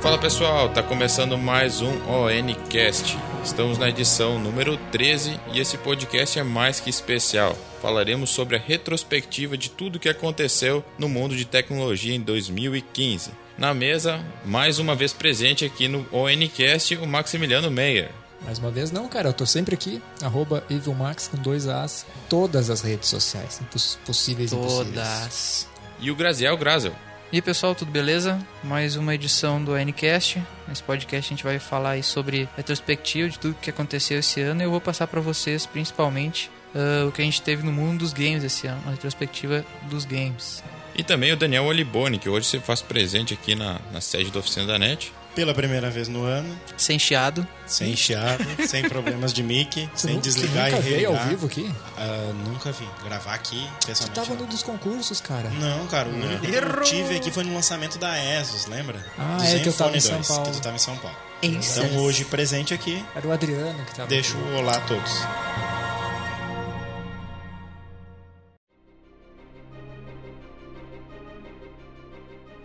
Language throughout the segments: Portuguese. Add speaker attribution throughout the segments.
Speaker 1: Fala pessoal, tá começando mais um ONcast. Estamos na edição número 13 e esse podcast é mais que especial. Falaremos sobre a retrospectiva de tudo o que aconteceu no mundo de tecnologia em 2015. Na mesa, mais uma vez presente aqui no ONcast, o Maximiliano Meyer.
Speaker 2: Mais uma vez, não, cara, eu tô sempre aqui, arroba EvilMax com dois As, todas as redes sociais, poss- possíveis e impossíveis.
Speaker 3: Todas.
Speaker 1: E o Graziel Grazel.
Speaker 3: E aí, pessoal, tudo beleza? Mais uma edição do Ncast. Nesse podcast a gente vai falar aí sobre retrospectiva de tudo que aconteceu esse ano e eu vou passar para vocês principalmente ah, o que a gente teve no mundo dos games esse ano, uma retrospectiva dos games.
Speaker 1: E também o Daniel Oliboni, que hoje se faz presente aqui na, na sede da Oficina da NET.
Speaker 4: Pela primeira vez no ano,
Speaker 3: Sem chiado,
Speaker 4: sem chiado, sem problemas de mic,
Speaker 2: Você
Speaker 4: sem
Speaker 2: nu- você
Speaker 4: desligar
Speaker 2: nunca
Speaker 4: e
Speaker 2: veio
Speaker 4: religar.
Speaker 2: ao vivo aqui?
Speaker 4: Ah, nunca vi. Gravar aqui,
Speaker 2: Tu
Speaker 4: pessoalmente.
Speaker 2: tava
Speaker 4: não.
Speaker 2: no Ah. dos concursos, cara.
Speaker 5: Hum.
Speaker 4: Não, cara, o único que eu tive aqui foi no lançamento da ESOS, lembra?
Speaker 2: Ah,
Speaker 4: Do
Speaker 2: é,
Speaker 4: Zenfone
Speaker 2: que eu tava em
Speaker 4: 2,
Speaker 2: São Paulo.
Speaker 4: Que tu tava em São Paulo.
Speaker 3: Aces.
Speaker 4: Então hoje, presente aqui,
Speaker 2: Era o Adriano que tava.
Speaker 4: deixo o olá a todos.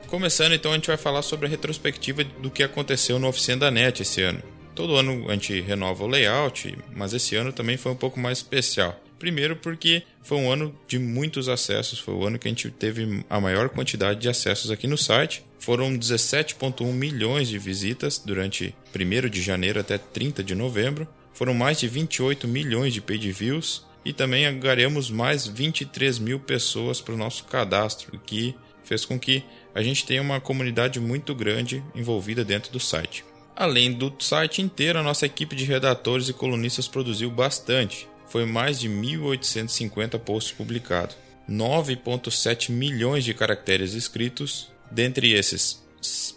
Speaker 1: Começando então, a gente vai falar sobre a retrospectiva do que aconteceu no Oficina da NET esse ano. Todo ano a gente renova o layout, mas esse ano também foi um pouco mais especial. Primeiro porque foi um ano de muitos acessos, foi o ano que a gente teve a maior quantidade de acessos aqui no site. Foram 17.1 milhões de visitas durante 1 de janeiro até 30 de novembro. Foram mais de 28 milhões de page views e também agregamos mais 23 mil pessoas para o nosso cadastro, o que fez com que a gente tenha uma comunidade muito grande envolvida dentro do site. Além do site inteiro, a nossa equipe de redatores e colunistas produziu bastante. Foi mais de 1.850 posts publicados, 9,7 milhões de caracteres escritos, dentre esses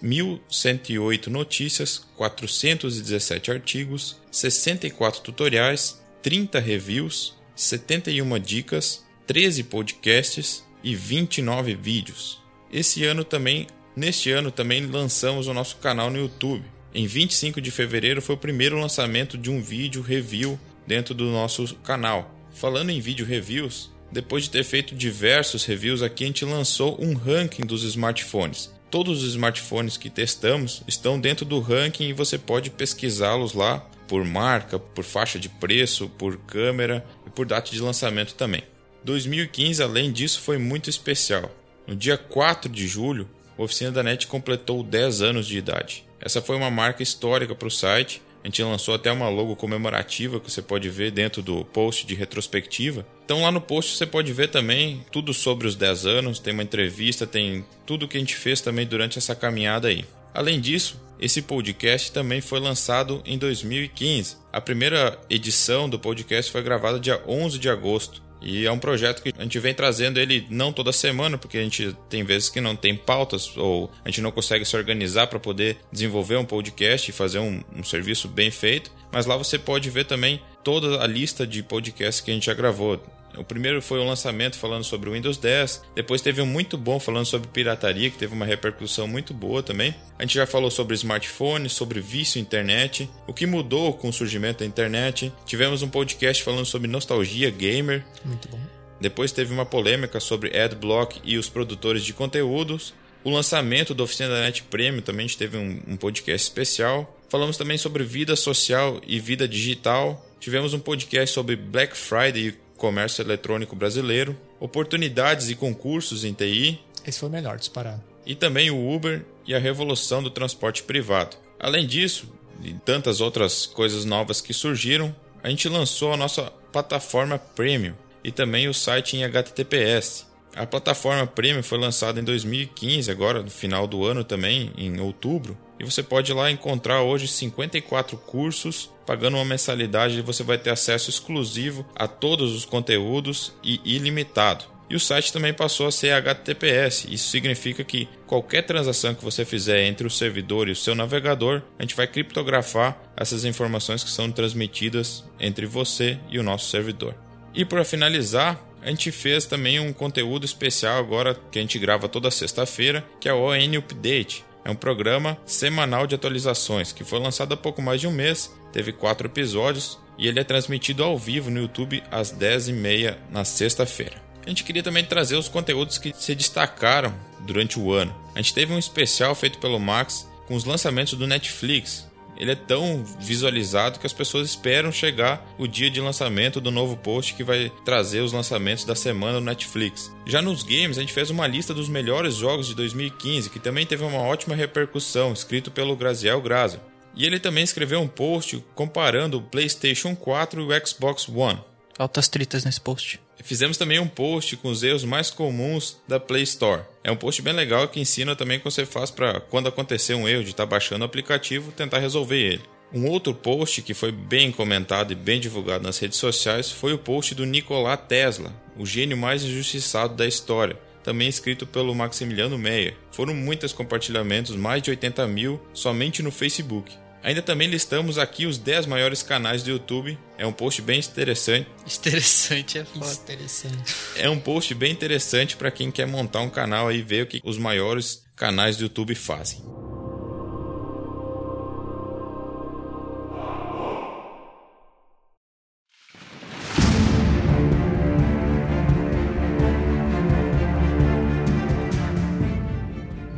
Speaker 1: 1.108 notícias, 417 artigos, 64 tutoriais, 30 reviews, 71 dicas, 13 podcasts e 29 vídeos. Esse ano também, neste ano também lançamos o nosso canal no YouTube. Em 25 de fevereiro foi o primeiro lançamento de um vídeo review dentro do nosso canal. Falando em vídeo reviews, depois de ter feito diversos reviews aqui, a gente lançou um ranking dos smartphones. Todos os smartphones que testamos estão dentro do ranking e você pode pesquisá-los lá por marca, por faixa de preço, por câmera e por data de lançamento também. 2015, além disso, foi muito especial. No dia 4 de julho, a oficina da NET completou 10 anos de idade. Essa foi uma marca histórica para o site. A gente lançou até uma logo comemorativa que você pode ver dentro do post de retrospectiva. Então lá no post você pode ver também tudo sobre os 10 anos, tem uma entrevista, tem tudo que a gente fez também durante essa caminhada aí. Além disso, esse podcast também foi lançado em 2015. A primeira edição do podcast foi gravada dia 11 de agosto. E é um projeto que a gente vem trazendo ele não toda semana, porque a gente tem vezes que não tem pautas ou a gente não consegue se organizar para poder desenvolver um podcast e fazer um, um serviço bem feito. Mas lá você pode ver também toda a lista de podcasts que a gente já gravou. O primeiro foi o lançamento falando sobre o Windows 10. Depois teve um muito bom falando sobre pirataria, que teve uma repercussão muito boa também. A gente já falou sobre smartphones, sobre vício em internet, o que mudou com o surgimento da internet. Tivemos um podcast falando sobre nostalgia gamer.
Speaker 2: Muito bom.
Speaker 1: Depois teve uma polêmica sobre Adblock e os produtores de conteúdos. O lançamento da Oficina da Net Premium também a gente teve um, um podcast especial. Falamos também sobre vida social e vida digital. Tivemos um podcast sobre Black Friday e comércio eletrônico brasileiro. Oportunidades e concursos em TI
Speaker 2: Esse foi o melhor, disparado.
Speaker 1: e também o Uber e a revolução do transporte privado. Além disso, e tantas outras coisas novas que surgiram, a gente lançou a nossa plataforma Premium e também o site em HTTPS. A plataforma Premium foi lançada em 2015, agora no final do ano também, em outubro, e você pode ir lá encontrar hoje 54 cursos, pagando uma mensalidade você vai ter acesso exclusivo a todos os conteúdos e ilimitado. E o site também passou a ser HTTPS. Isso significa que qualquer transação que você fizer entre o servidor e o seu navegador, a gente vai criptografar essas informações que são transmitidas entre você e o nosso servidor. E para finalizar, a gente fez também um conteúdo especial agora que a gente grava toda sexta-feira, que é o ON Update. é um programa semanal de atualizações que foi lançado há pouco mais de um mês, teve quatro episódios e ele é transmitido ao vivo no YouTube às 10h30 na sexta-feira. A gente queria também trazer os conteúdos que se destacaram durante o ano. A gente teve um especial feito pelo Max com os lançamentos do Netflix. Ele é tão visualizado que as pessoas esperam chegar o dia de lançamento do novo post que vai trazer os lançamentos da semana no Netflix. Já nos games, a gente fez uma lista dos melhores jogos de 2015, que também teve uma ótima repercussão, escrito pelo Graziel Graza. E ele também escreveu um post comparando o PlayStation 4 e o Xbox One.
Speaker 3: Altas tritas nesse post.
Speaker 1: Fizemos também um post com os erros mais comuns da Play Store. É um post bem legal que ensina também como você faz para quando acontecer um erro de estar tá baixando o aplicativo, tentar resolver ele. Um outro post que foi bem comentado e bem divulgado nas redes sociais foi o post do Nikola Tesla, o gênio mais injustiçado da história, também escrito pelo Maximiliano Meyer. Foram muitos compartilhamentos, mais de 80 mil, somente no Facebook. Ainda também listamos aqui os 10 maiores canais do YouTube. É um post bem interessante.
Speaker 3: Interessante é foda.
Speaker 2: Interessante.
Speaker 1: É um post bem interessante para quem quer montar um canal aí e ver o que os maiores canais do YouTube fazem.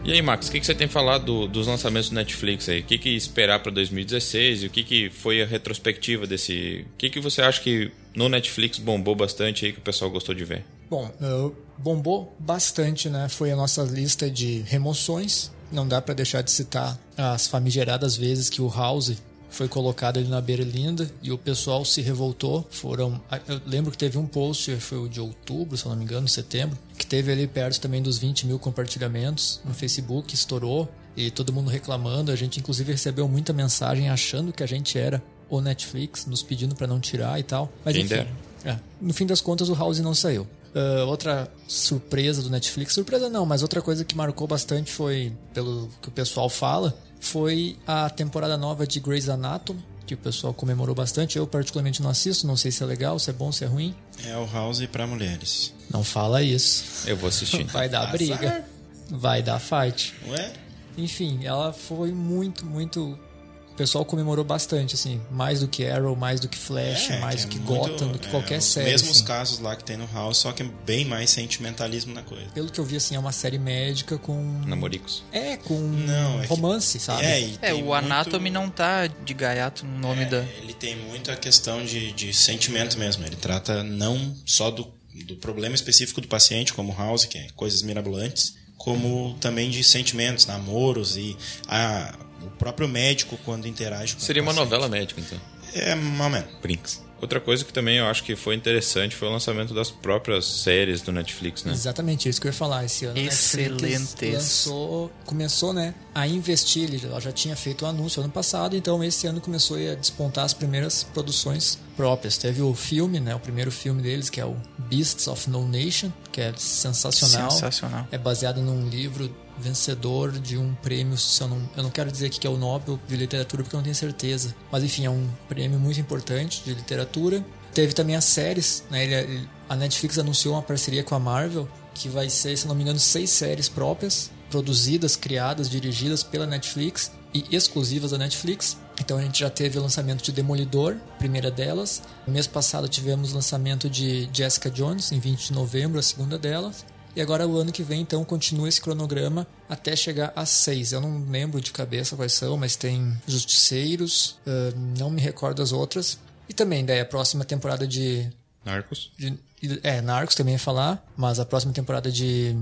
Speaker 1: E aí, Max, o que, que você tem falado do- dos lançamentos do Netflix aí? O que, que esperar para 2016 e o que, que foi a retrospectiva desse. O que, que você acha que no Netflix bombou bastante aí que o pessoal gostou de ver?
Speaker 2: Bom, eh, bombou bastante, né? Foi a nossa lista de remoções. Não dá pra deixar de citar as famigeradas vezes que o House foi colocado ali na berlinda e o pessoal se revoltou. Foram, ah, eu lembro que teve um post, foi o de outubro, se eu não me engano, setembro, que teve ali perto também dos 20 mil compartilhamentos no Facebook, estourou e todo mundo reclamando. A gente inclusive recebeu muita mensagem achando que a gente era o Netflix, nos pedindo pra não tirar e tal. Mas
Speaker 1: Quem
Speaker 2: enfim,
Speaker 1: dera.
Speaker 2: é. No fim das contas, o House não saiu. Ah, outra surpresa do Netflix, surpresa não, mas outra coisa que marcou bastante foi, pelo que o pessoal fala, foi a temporada nova de Grey's Anatomy, que o pessoal comemorou bastante. Eu, particularmente, não assisto, não sei se é legal, se é bom, se é ruim.
Speaker 4: É o House pra mulheres.
Speaker 2: Não fala isso.
Speaker 1: Eu vou assistir. então.
Speaker 2: Vai dar briga. Vai dar fight.
Speaker 4: Ué?
Speaker 2: Enfim, ela foi muito, muito. O pessoal comemorou bastante, assim. Mais do que Arrow, mais do que Flash, mais do É, que
Speaker 4: muito-
Speaker 2: Gotham, do que
Speaker 4: é,
Speaker 2: qualquer
Speaker 4: os
Speaker 2: série.
Speaker 4: Mesmos
Speaker 2: assim.
Speaker 4: casos lá que tem no House, só que é bem mais sentimentalismo na coisa.
Speaker 2: Pelo que eu vi, assim, é uma série médica com.
Speaker 1: Namoricos.
Speaker 2: É, com
Speaker 4: Não, é que-
Speaker 2: romance, sabe?
Speaker 4: É, e
Speaker 3: É,
Speaker 4: tem
Speaker 3: o
Speaker 4: muito- É.
Speaker 3: Anatomy não tá de gaiato no nome da.
Speaker 4: Ele tem muito a questão de, de sentimento mesmo. Ele trata não só do, do problema específico do paciente, como House, que é coisas mirabolantes, como também de sentimentos, namoros e a, o próprio médico quando interage com o
Speaker 1: Seria uma
Speaker 4: paciente.
Speaker 1: novela médica, então.
Speaker 4: É, momento.
Speaker 1: Brinks. Outra coisa que também eu acho que foi interessante foi o lançamento das próprias séries do Netflix, né?
Speaker 2: Exatamente, é isso que eu ia falar esse ano. a Netflix
Speaker 3: Excelentes.
Speaker 2: Lançou, começou, né, a investir. ele- Ela já tinha feito o anúncio ano passado, então esse ano começou a despontar as primeiras produções próprias. Teve o filme, né, o primeiro filme deles, que é o Beasts of No Nation, que é sensacional.
Speaker 3: Sensacional.
Speaker 2: É baseado num livro vencedor de um prêmio, se eu, não, eu não quero dizer aqui que é o Nobel de Literatura porque eu não tenho certeza, mas enfim, é um prêmio muito importante de literatura. Teve também as séries, né? Ele- ele- a Netflix anunciou uma parceria com a Marvel que vai ser, se eu não me engano, seis séries próprias, produzidas, criadas, dirigidas pela Netflix e exclusivas da Netflix. Então a gente já teve o lançamento de Demolidor, primeira delas. No mês passado tivemos o lançamento de Jessica Jones, em 20 de novembro, a segunda delas. E agora o ano que vem, então, continua esse cronograma até chegar às seis. Eu não lembro de cabeça quais são, mas tem Justiceiros, ah, não me recordo as outras. E também, daí, a próxima temporada de
Speaker 1: Narcos.
Speaker 2: de- é, Narcos também ia falar, mas a próxima temporada de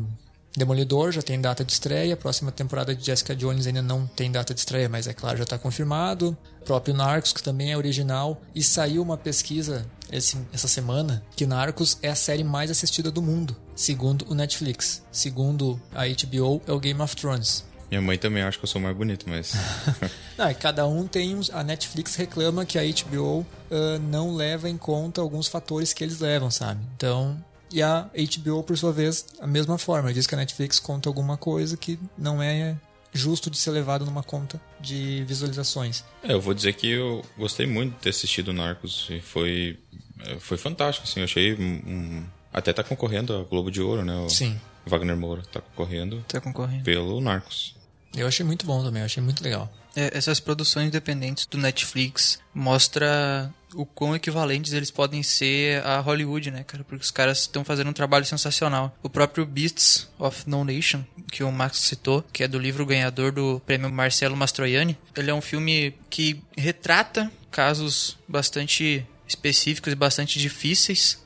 Speaker 2: Demolidor já tem data de estreia, a próxima temporada de Jessica Jones ainda não tem data de estreia, mas é claro, já está confirmado. O próprio Narcos, que também é original, e saiu uma pesquisa esse- essa semana que Narcos é a série mais assistida do mundo, segundo o Netflix. Segundo a HBO, é o Game of Thrones.
Speaker 1: Minha mãe também acha que eu sou mais bonito, mas.
Speaker 2: Não, e cada um tem uns. A Netflix reclama que a HBO ah, não leva em conta alguns fatores que eles levam, sabe? Então. E a HBO, por sua vez, a mesma forma. Diz que a Netflix conta alguma coisa que não é justo de ser levado numa conta de visualizações.
Speaker 1: É, eu vou dizer que eu gostei muito de ter assistido Narcos e foi, é, foi fantástico, assim, eu achei um- um- até tá concorrendo a Globo de Ouro, né? O
Speaker 2: Sim.
Speaker 1: Wagner Moura tá concorrendo
Speaker 3: Tá concorrendo.
Speaker 1: pelo Narcos.
Speaker 2: Eu achei muito bom também, eu achei muito legal.
Speaker 3: É, essas produções independentes do Netflix mostra o quão equivalentes eles podem ser a Hollywood, né, cara? Porque os caras estão fazendo um trabalho sensacional. O próprio Beasts of No Nation, que o Max citou, que é do livro ganhador do prêmio Marcelo Mastroianni, ele é um filme que retrata casos bastante específicos e bastante difíceis,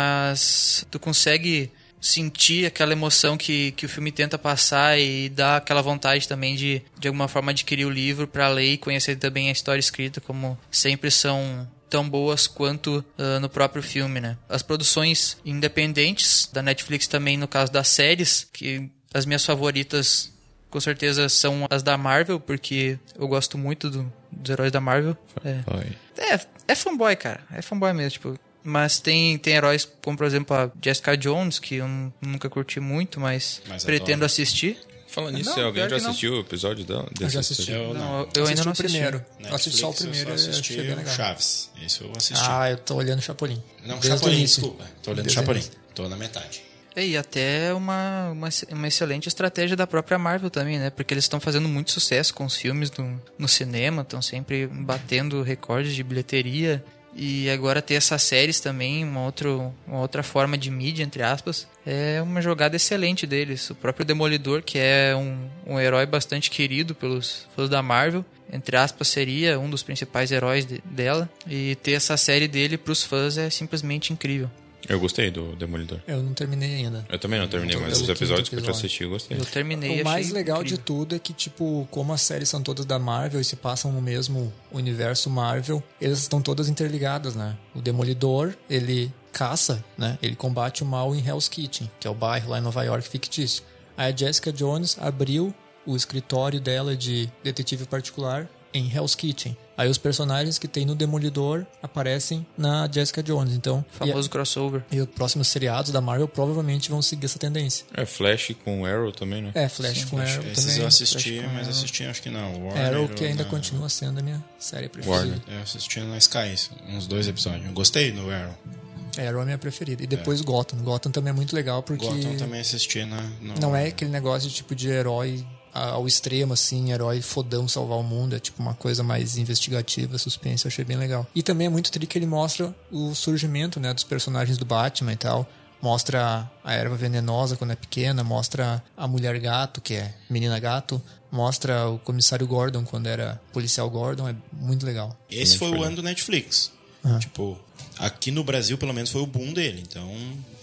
Speaker 3: mas tu consegue sentir aquela emoção que, que o filme tenta passar e dá aquela vontade também de, de alguma forma, adquirir o livro para ler e conhecer também a história escrita, como sempre são tão boas quanto ah, no próprio filme, né? As produções independentes da Netflix também, no caso das séries, que as minhas favoritas com certeza são as da Marvel, porque eu gosto muito do- dos heróis da Marvel. É.
Speaker 1: Oi.
Speaker 3: É, é fanboy, cara. É fanboy mesmo, tipo. Mas tem, tem heróis como, por exemplo, a Jessica Jones, que eu nu- nunca curti muito, mas,
Speaker 5: Mas
Speaker 3: pretendo
Speaker 5: adoro.
Speaker 3: assistir.
Speaker 1: Fala nisso,
Speaker 3: Não,
Speaker 1: alguém
Speaker 3: pior
Speaker 1: já
Speaker 3: que não.
Speaker 1: assistiu o episódio da, desse
Speaker 2: Eu já assisti.
Speaker 5: Eu não.
Speaker 3: Não, eu- eu ainda
Speaker 2: Assisti
Speaker 3: não
Speaker 2: o
Speaker 3: assisti.
Speaker 2: primeiro. Eu assisti só o
Speaker 5: Netflix, eu
Speaker 2: primeiro e
Speaker 5: assisti
Speaker 2: achei bem
Speaker 5: o
Speaker 2: legal.
Speaker 5: Chaves. Esse eu assisti.
Speaker 2: Ah, eu tô olhando Chapolin.
Speaker 5: não,
Speaker 2: Desde o
Speaker 5: Chapolin,
Speaker 2: início.
Speaker 5: desculpa. Tô olhando
Speaker 2: Desde o
Speaker 5: Chapolin.
Speaker 2: início.
Speaker 5: Tô na metade.
Speaker 3: É, E até uma, uma, ex- uma excelente estratégia da própria Marvel também, né? Porque eles estão fazendo muito sucesso com os filmes no, no cinema, estão sempre batendo recordes de bilheteria. E agora ter essas séries também, uma, outro, uma outra forma de mídia, entre aspas, é uma jogada excelente deles. O próprio Demolidor, que é um, um herói bastante querido pelos fãs da Marvel, entre aspas, seria um dos principais heróis de- dela. E ter essa série dele pros fãs é simplesmente incrível.
Speaker 1: Eu gostei do Demolidor.
Speaker 2: Eu não terminei ainda.
Speaker 1: Eu também não terminei, mas
Speaker 2: pelo
Speaker 1: os
Speaker 2: quinto
Speaker 1: episódios que eu já
Speaker 2: episódio.
Speaker 1: assisti, eu gostei.
Speaker 3: Eu terminei
Speaker 2: o mais
Speaker 3: achei
Speaker 2: legal
Speaker 3: incrível.
Speaker 2: de tudo é que, tipo, como as séries são todas da Marvel e se passam no mesmo universo Marvel, elas estão todas interligadas, né? O Demolidor, ele caça, né? Ele combate o mal em Hell's Kitchen, que é o bairro lá em Nova York fictício. Aí a Jessica Jones abriu o escritório dela de detetive particular em Hell's Kitchen. Aí os personagens que tem no Demolidor aparecem na Jessica Jones, então...
Speaker 3: famoso crossover.
Speaker 2: E, e os próximos seriados da Marvel provavelmente vão seguir essa tendência.
Speaker 1: É Flash com Arrow também, né?
Speaker 2: É, Flash com Arrow também. é
Speaker 5: Esses eu assisti,
Speaker 3: acho que
Speaker 5: mas
Speaker 3: não.
Speaker 5: assisti acho que não. Warner,
Speaker 2: Arrow, que
Speaker 5: eu
Speaker 2: ainda
Speaker 5: não-
Speaker 2: continua sendo a minha série preferida.
Speaker 5: Eu assisti na Sky, uns dois episódios. Eu gostei do Arrow.
Speaker 2: Arrow é a minha preferida. E depois Gotham. Gotham também é muito legal porque
Speaker 5: Gotham também assisti na... no-
Speaker 2: não é aquele negócio de tipo de herói a- ao extremo, assim, herói fodão salvar o mundo. É tipo uma coisa mais investigativa, suspense. Eu achei bem legal. E também é muito tri que ele mostra o surgimento, né, dos personagens do Batman e tal. Mostra a erva venenosa quando é pequena, mostra a mulher gato, que é menina gato, mostra o comissário Gordon quando era policial Gordon, é muito legal.
Speaker 5: Esse foi o
Speaker 1: Netflix.
Speaker 5: ano do Netflix.
Speaker 2: Aham.
Speaker 5: Tipo, aqui no Brasil, pelo menos, foi o boom dele. Então,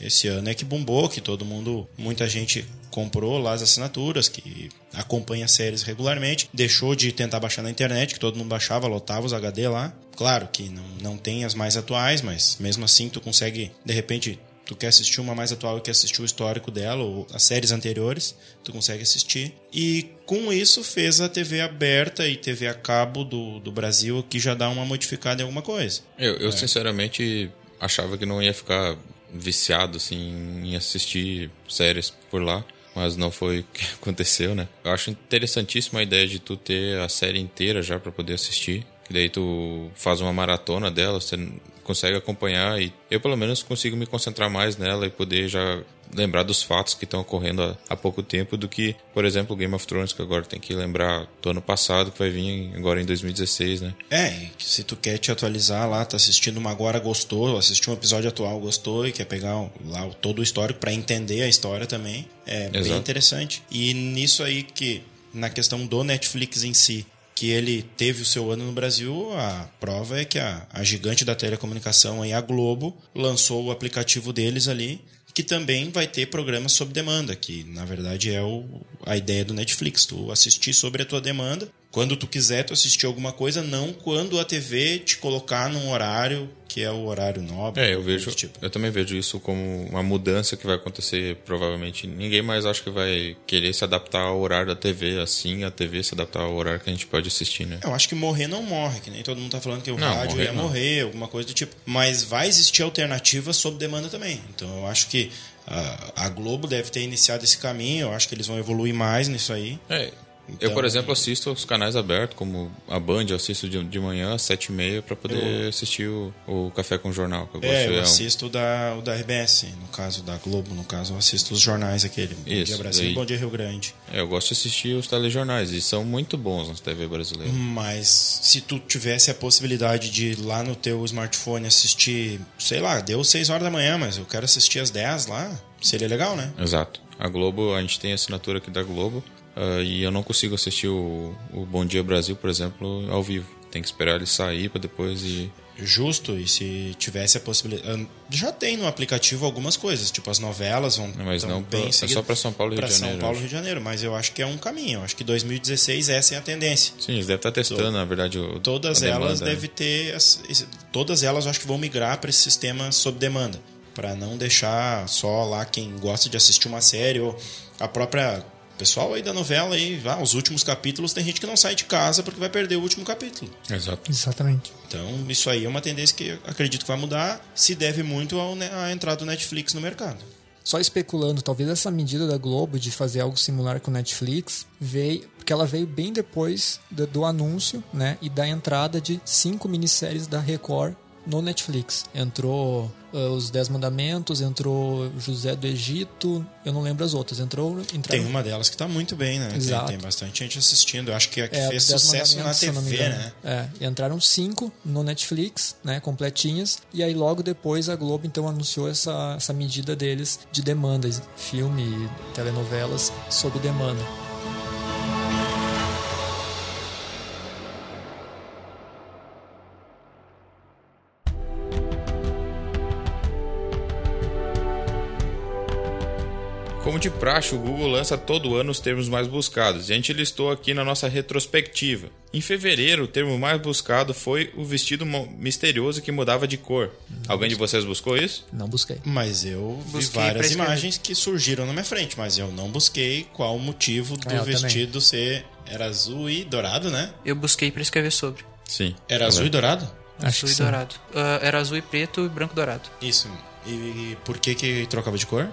Speaker 5: esse ano é que bombou, que todo mundo, muita gente comprou lá as assinaturas, que acompanha séries regularmente, deixou de tentar baixar na internet, que todo mundo baixava, lotava os HD lá. Claro que não, não tem as mais atuais, mas mesmo assim tu consegue, de repente, tu quer assistir uma mais atual e quer assistir o histórico dela, ou as séries anteriores, tu consegue assistir. E com isso fez a TV aberta e TV a cabo do, do Brasil, que já dá uma modificada em alguma coisa.
Speaker 1: Eu, eu, sinceramente achava que não ia ficar viciado assim em assistir séries por lá, mas não foi o que aconteceu, né? Eu acho interessantíssima a ideia de tu ter a série inteira já pra poder assistir, que daí tu faz uma maratona dela, você consegue acompanhar e eu pelo menos consigo me concentrar mais nela e poder já lembrar dos fatos que estão ocorrendo há, há pouco tempo do que, por exemplo, Game of Thrones que agora tem que lembrar do ano passado que vai vir agora em 2016, né?
Speaker 5: É, e que se tu quer te atualizar lá, tá assistindo uma agora, gostou, assistiu um episódio atual, gostou, e quer pegar o- lá o- todo o histórico pra entender a história também, é bem
Speaker 1: Exato.
Speaker 5: interessante. E nisso aí que, na questão do Netflix em si, que ele teve o seu ano no Brasil, a prova é que a, a gigante da telecomunicação aí, a Globo, lançou o aplicativo deles ali, que também vai ter programas sob demanda, que na verdade é o, a ideia do Netflix, tu assistir sobre a tua demanda, quando tu quiser tu assistir alguma coisa, não quando a TV te colocar num horário que é o horário nobre. tipo.
Speaker 1: É, eu
Speaker 5: coisa do
Speaker 1: vejo. Eu também vejo isso como uma mudança que vai acontecer, provavelmente. Ninguém mais acho que vai querer se adaptar ao horário da TV, assim a TV se adaptar ao horário que a gente pode assistir, né?
Speaker 5: Eu acho que morrer não morre, que nem todo mundo tá falando que o
Speaker 1: Não,
Speaker 5: rádio
Speaker 1: morrer
Speaker 5: ia
Speaker 1: não.
Speaker 5: morrer, alguma coisa do tipo. Mas vai existir alternativa sob demanda também. Então eu acho que ah, a Globo deve ter iniciado esse caminho, eu acho que eles vão evoluir mais nisso aí.
Speaker 1: É. eu, por exemplo, assisto os canais abertos, como a Band, eu assisto de, de manhã às 7h30 para poder assistir o, o Café com Jornal. Que eu gosto
Speaker 5: É, eu
Speaker 1: um-
Speaker 5: assisto o da, o da RBS, no caso da Globo, no caso, eu assisto os jornais aquele. Bom
Speaker 1: Isso,
Speaker 5: dia Brasil,
Speaker 1: daí-
Speaker 5: Bom dia Rio Grande.
Speaker 1: é, eu gosto de assistir os telejornais, e são muito bons na TV brasileira.
Speaker 5: Mas se tu tivesse a possibilidade de ir lá no teu smartphone assistir, sei lá, deu 6 horas da manhã, mas eu quero assistir às 10 lá, seria legal, né?
Speaker 1: Exato. A Globo, a gente tem assinatura aqui da Globo ah, e eu não consigo assistir o, o Bom Dia Brasil, por exemplo, ao vivo. Tem que esperar ele sair para depois e.
Speaker 5: Justo, e se tivesse a possibilidade. ah, Já tem no aplicativo algumas coisas, tipo as novelas vão.
Speaker 1: Mas
Speaker 5: tão
Speaker 1: não, pra-
Speaker 5: bem
Speaker 1: é
Speaker 5: seguidas.
Speaker 1: só pra São Paulo e Rio
Speaker 5: Pra
Speaker 1: de Janeiro,
Speaker 5: São Paulo
Speaker 1: acho.
Speaker 5: e Rio de Janeiro, mas eu acho que é um caminho. Eu acho que 2016 essa é a tendência.
Speaker 1: Sim, eles devem estar testando, na verdade. O,
Speaker 5: Todas
Speaker 1: a demanda,
Speaker 5: elas
Speaker 1: né?
Speaker 5: devem ter. as- esse- Todas elas eu acho que vão migrar para esse sistema sob demanda. Para não deixar só lá quem gosta de assistir uma série ou a própria. o Pessoal aí da novela, aí, ah, os últimos capítulos, tem gente que não sai de casa porque vai perder o último capítulo.
Speaker 1: Exato.
Speaker 2: Exatamente.
Speaker 5: Então, isso aí é uma tendência que eu acredito que vai mudar. Se deve muito ao ne- à entrada do Netflix no mercado.
Speaker 2: Só especulando, talvez essa medida da Globo de fazer algo similar com o Netflix veio. Porque ela veio bem depois do, do anúncio, né? E da entrada de cinco minisséries da Record no Netflix. Entrou ah, Os Dez Mandamentos, entrou José do Egito, eu não lembro as outras. Entrou.
Speaker 5: Tem
Speaker 2: entraram-
Speaker 5: uma delas que tá muito bem, né? Tem-
Speaker 2: Exato.
Speaker 5: Tem, bastante gente assistindo. Eu acho que é a que
Speaker 2: É,
Speaker 5: fez
Speaker 2: Dez
Speaker 5: sucesso na
Speaker 2: Mandamentos, se eu não me
Speaker 5: TV,
Speaker 2: engano.
Speaker 5: né?
Speaker 2: É, entraram cinco no Netflix, né, completinhas, e aí logo depois a Globo então anunciou essa, essa medida deles de demandas, filme, e telenovelas sob demanda.
Speaker 1: Como de praxe, o Google lança todo ano os termos mais buscados, e a gente listou aqui na nossa retrospectiva. Em fevereiro, o termo mais buscado foi o vestido mo- misterioso que mudava de cor.
Speaker 5: Uhum.
Speaker 1: Alguém de vocês buscou isso?
Speaker 2: Não busquei.
Speaker 5: Mas eu vi
Speaker 3: Busquei pra
Speaker 5: várias
Speaker 3: escrever.
Speaker 5: imagens que surgiram na minha frente, mas eu não busquei qual o motivo do
Speaker 2: É, eu
Speaker 5: vestido ser. Era azul e dourado, né?
Speaker 3: Eu busquei pra escrever sobre.
Speaker 1: Sim.
Speaker 5: Era azul e dourado?
Speaker 2: Acho
Speaker 3: azul
Speaker 2: que
Speaker 3: e
Speaker 2: sim.
Speaker 3: dourado. Ah, era azul e preto e branco e dourado.
Speaker 5: Isso. E, e por que que trocava de cor?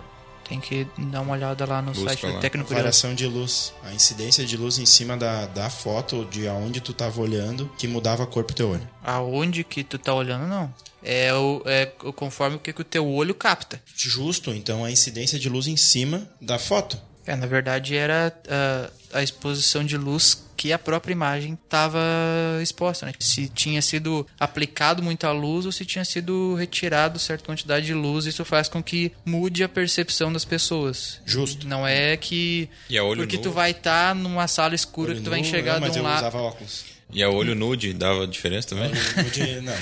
Speaker 3: Tem que dar uma olhada lá no
Speaker 1: Busca
Speaker 3: site
Speaker 1: lá.
Speaker 3: do Técnico Curioso.
Speaker 5: Variação de luz. A incidência de luz em cima da, da foto de aonde tu tava olhando que mudava a cor pro teu olho.
Speaker 3: Aonde que tu tá olhando, não. É o, é o- conforme o que, que o teu olho capta.
Speaker 5: Justo, então, a incidência de luz em cima da foto.
Speaker 3: É, na verdade era ah, a exposição de luz que a própria imagem estava exposta, né? Se tinha sido aplicado muita luz ou se tinha sido retirado certa quantidade de luz, isso faz com que mude a percepção das pessoas.
Speaker 5: Justo.
Speaker 3: Não é que
Speaker 1: E a olho
Speaker 3: porque
Speaker 1: nu?
Speaker 3: tu vai estar numa sala escura que tu vai
Speaker 5: Nu,
Speaker 3: enxergar
Speaker 5: não, mas
Speaker 3: de um
Speaker 5: eu
Speaker 3: lado.
Speaker 5: usava óculos.
Speaker 1: E a olho nude dava diferença também?
Speaker 5: Nude, não,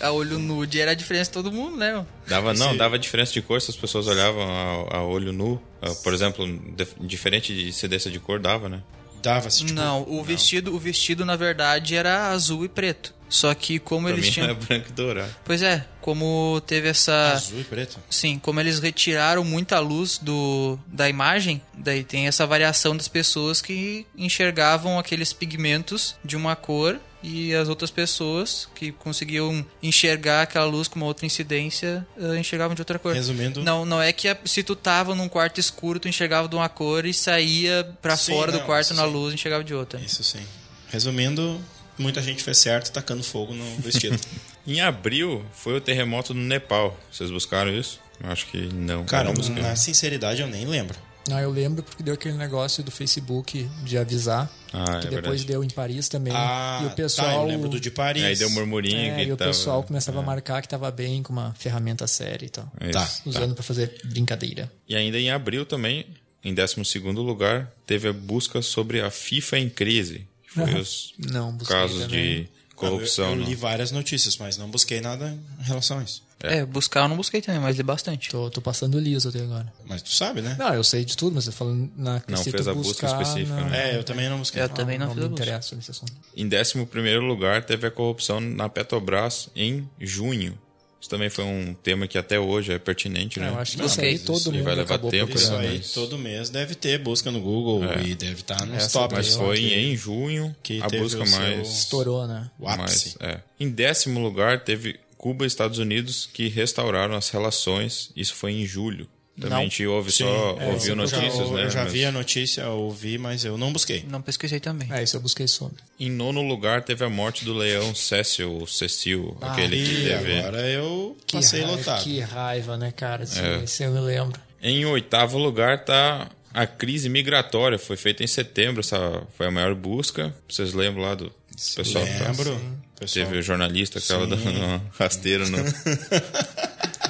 Speaker 3: A olho nude era a diferença de todo mundo, né? meu?
Speaker 1: Dava, não,
Speaker 5: Esse-
Speaker 1: dava diferença de cor se as pessoas olhavam a, a olho nu. Ah, Por exemplo, dif- diferente de incidência de cor, dava, né?
Speaker 5: Dava-se, tipo,
Speaker 3: não, o vestido, o vestido na verdade era azul e preto. Só que como
Speaker 1: Pra
Speaker 3: eles
Speaker 1: mim
Speaker 3: tinham,
Speaker 1: é branco e dourado.
Speaker 3: pois é, como teve essa
Speaker 5: azul e preto.
Speaker 3: Sim, como eles retiraram muita luz do, da imagem, daí tem essa variação das pessoas que enxergavam aqueles pigmentos de uma cor e as outras pessoas que conseguiam enxergar aquela luz com uma outra incidência eh, enxergavam de outra cor.
Speaker 5: Resumindo,
Speaker 3: Não, não é que a- se tu tava num quarto escuro, tu enxergava de uma cor e saía pra
Speaker 5: Sim,
Speaker 3: fora do
Speaker 5: não,
Speaker 3: quarto na
Speaker 5: sim.
Speaker 3: luz e enxergava de outra.
Speaker 5: Isso sim. Resumindo, muita gente fez certo tacando fogo no vestido.
Speaker 1: Em abril foi o terremoto no Nepal. Vocês buscaram isso? Eu Acho que não. eu
Speaker 5: Cara,
Speaker 1: não busquei.
Speaker 5: na sinceridade eu nem lembro.
Speaker 2: Não, Ah, eu lembro porque deu aquele negócio do Facebook de avisar,
Speaker 1: Ah,
Speaker 2: que
Speaker 1: é
Speaker 2: depois
Speaker 1: verdade.
Speaker 2: deu em Paris também. e o
Speaker 5: tá, eu
Speaker 2: pessoal
Speaker 5: lembro do de Paris.
Speaker 1: Aí deu um murmurinho
Speaker 2: é,
Speaker 1: que
Speaker 2: e o
Speaker 1: tava-
Speaker 2: pessoal começava a marcar que tava bem com uma ferramenta séria e tal.
Speaker 1: É
Speaker 5: Tá.
Speaker 1: isso.
Speaker 2: Usando pra fazer brincadeira.
Speaker 1: E ainda em abril também, em 12 lugar, teve a busca sobre a FIFA em crise. Que foi os
Speaker 2: Não, busquei
Speaker 1: casos
Speaker 2: também.
Speaker 1: de corrupção.
Speaker 5: Eu, eu li
Speaker 1: né?
Speaker 5: várias notícias, mas não busquei nada em relação a isso.
Speaker 3: É. buscar eu não busquei também, mas li bastante.
Speaker 2: Tô, tô passando liso até agora.
Speaker 5: Mas tu sabe, né?
Speaker 2: Não, eu sei de tudo, mas eu falando na
Speaker 1: Não
Speaker 2: se tu
Speaker 1: fez a busca
Speaker 2: buscar,
Speaker 1: específica,
Speaker 2: não.
Speaker 1: né?
Speaker 5: É, eu também não busquei.
Speaker 3: Eu também não,
Speaker 2: não
Speaker 3: fiz
Speaker 2: me
Speaker 3: a busca.
Speaker 2: interessa nesse assunto.
Speaker 1: Em 11 lugar, teve a corrupção na Petrobras em junho. Isso também foi um tema que até hoje é pertinente, né?
Speaker 2: Eu acho que
Speaker 5: Não,
Speaker 2: isso aí
Speaker 5: mas
Speaker 2: todo
Speaker 5: isso
Speaker 1: aí
Speaker 2: mundo
Speaker 1: vai levar
Speaker 2: acabou
Speaker 1: tempo,
Speaker 5: Isso
Speaker 2: procurando.
Speaker 1: né?
Speaker 5: aí,
Speaker 1: mas-
Speaker 5: todo mês deve ter busca no Google e deve estar nos
Speaker 2: Essa
Speaker 5: top.
Speaker 1: É. Mas
Speaker 2: Essa
Speaker 1: foi
Speaker 5: que-
Speaker 1: em junho
Speaker 5: que
Speaker 1: a
Speaker 5: teve
Speaker 1: busca
Speaker 5: o seu-
Speaker 1: mais.
Speaker 2: Estourou, né?
Speaker 5: O ápice.
Speaker 1: mais é. Em décimo lugar, teve Cuba e Estados Unidos que restauraram as relações. Isso foi em julho. Também a gente ouve só,
Speaker 5: é,
Speaker 1: ouviu
Speaker 5: eu já-
Speaker 1: notícias,
Speaker 5: eu
Speaker 1: né?
Speaker 5: já
Speaker 1: Mas
Speaker 5: vi a notícia, ouvi, mas eu não busquei.
Speaker 3: Não pesquisei também.
Speaker 2: É, isso eu busquei sobre.
Speaker 1: Em nono lugar teve a morte do leão Cecil, ou Cecil,
Speaker 2: Ah,
Speaker 1: aquele que
Speaker 5: E
Speaker 1: teve.
Speaker 5: agora eu
Speaker 2: Que
Speaker 5: passei
Speaker 2: raiva,
Speaker 5: lotado.
Speaker 2: Que raiva, né, cara? Isso,
Speaker 1: É.
Speaker 2: isso eu me lembro.
Speaker 1: Em oitavo lugar tá a crise migratória, foi feita em setembro, essa foi a maior busca. Vocês lembram lá do pessoal que tá-
Speaker 5: Lembro. Pessoal,
Speaker 1: Teve o jornalista que tava
Speaker 5: Sim.
Speaker 1: dando uma rasteira no.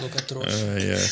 Speaker 2: Louca trouxa.
Speaker 1: Ai, ai.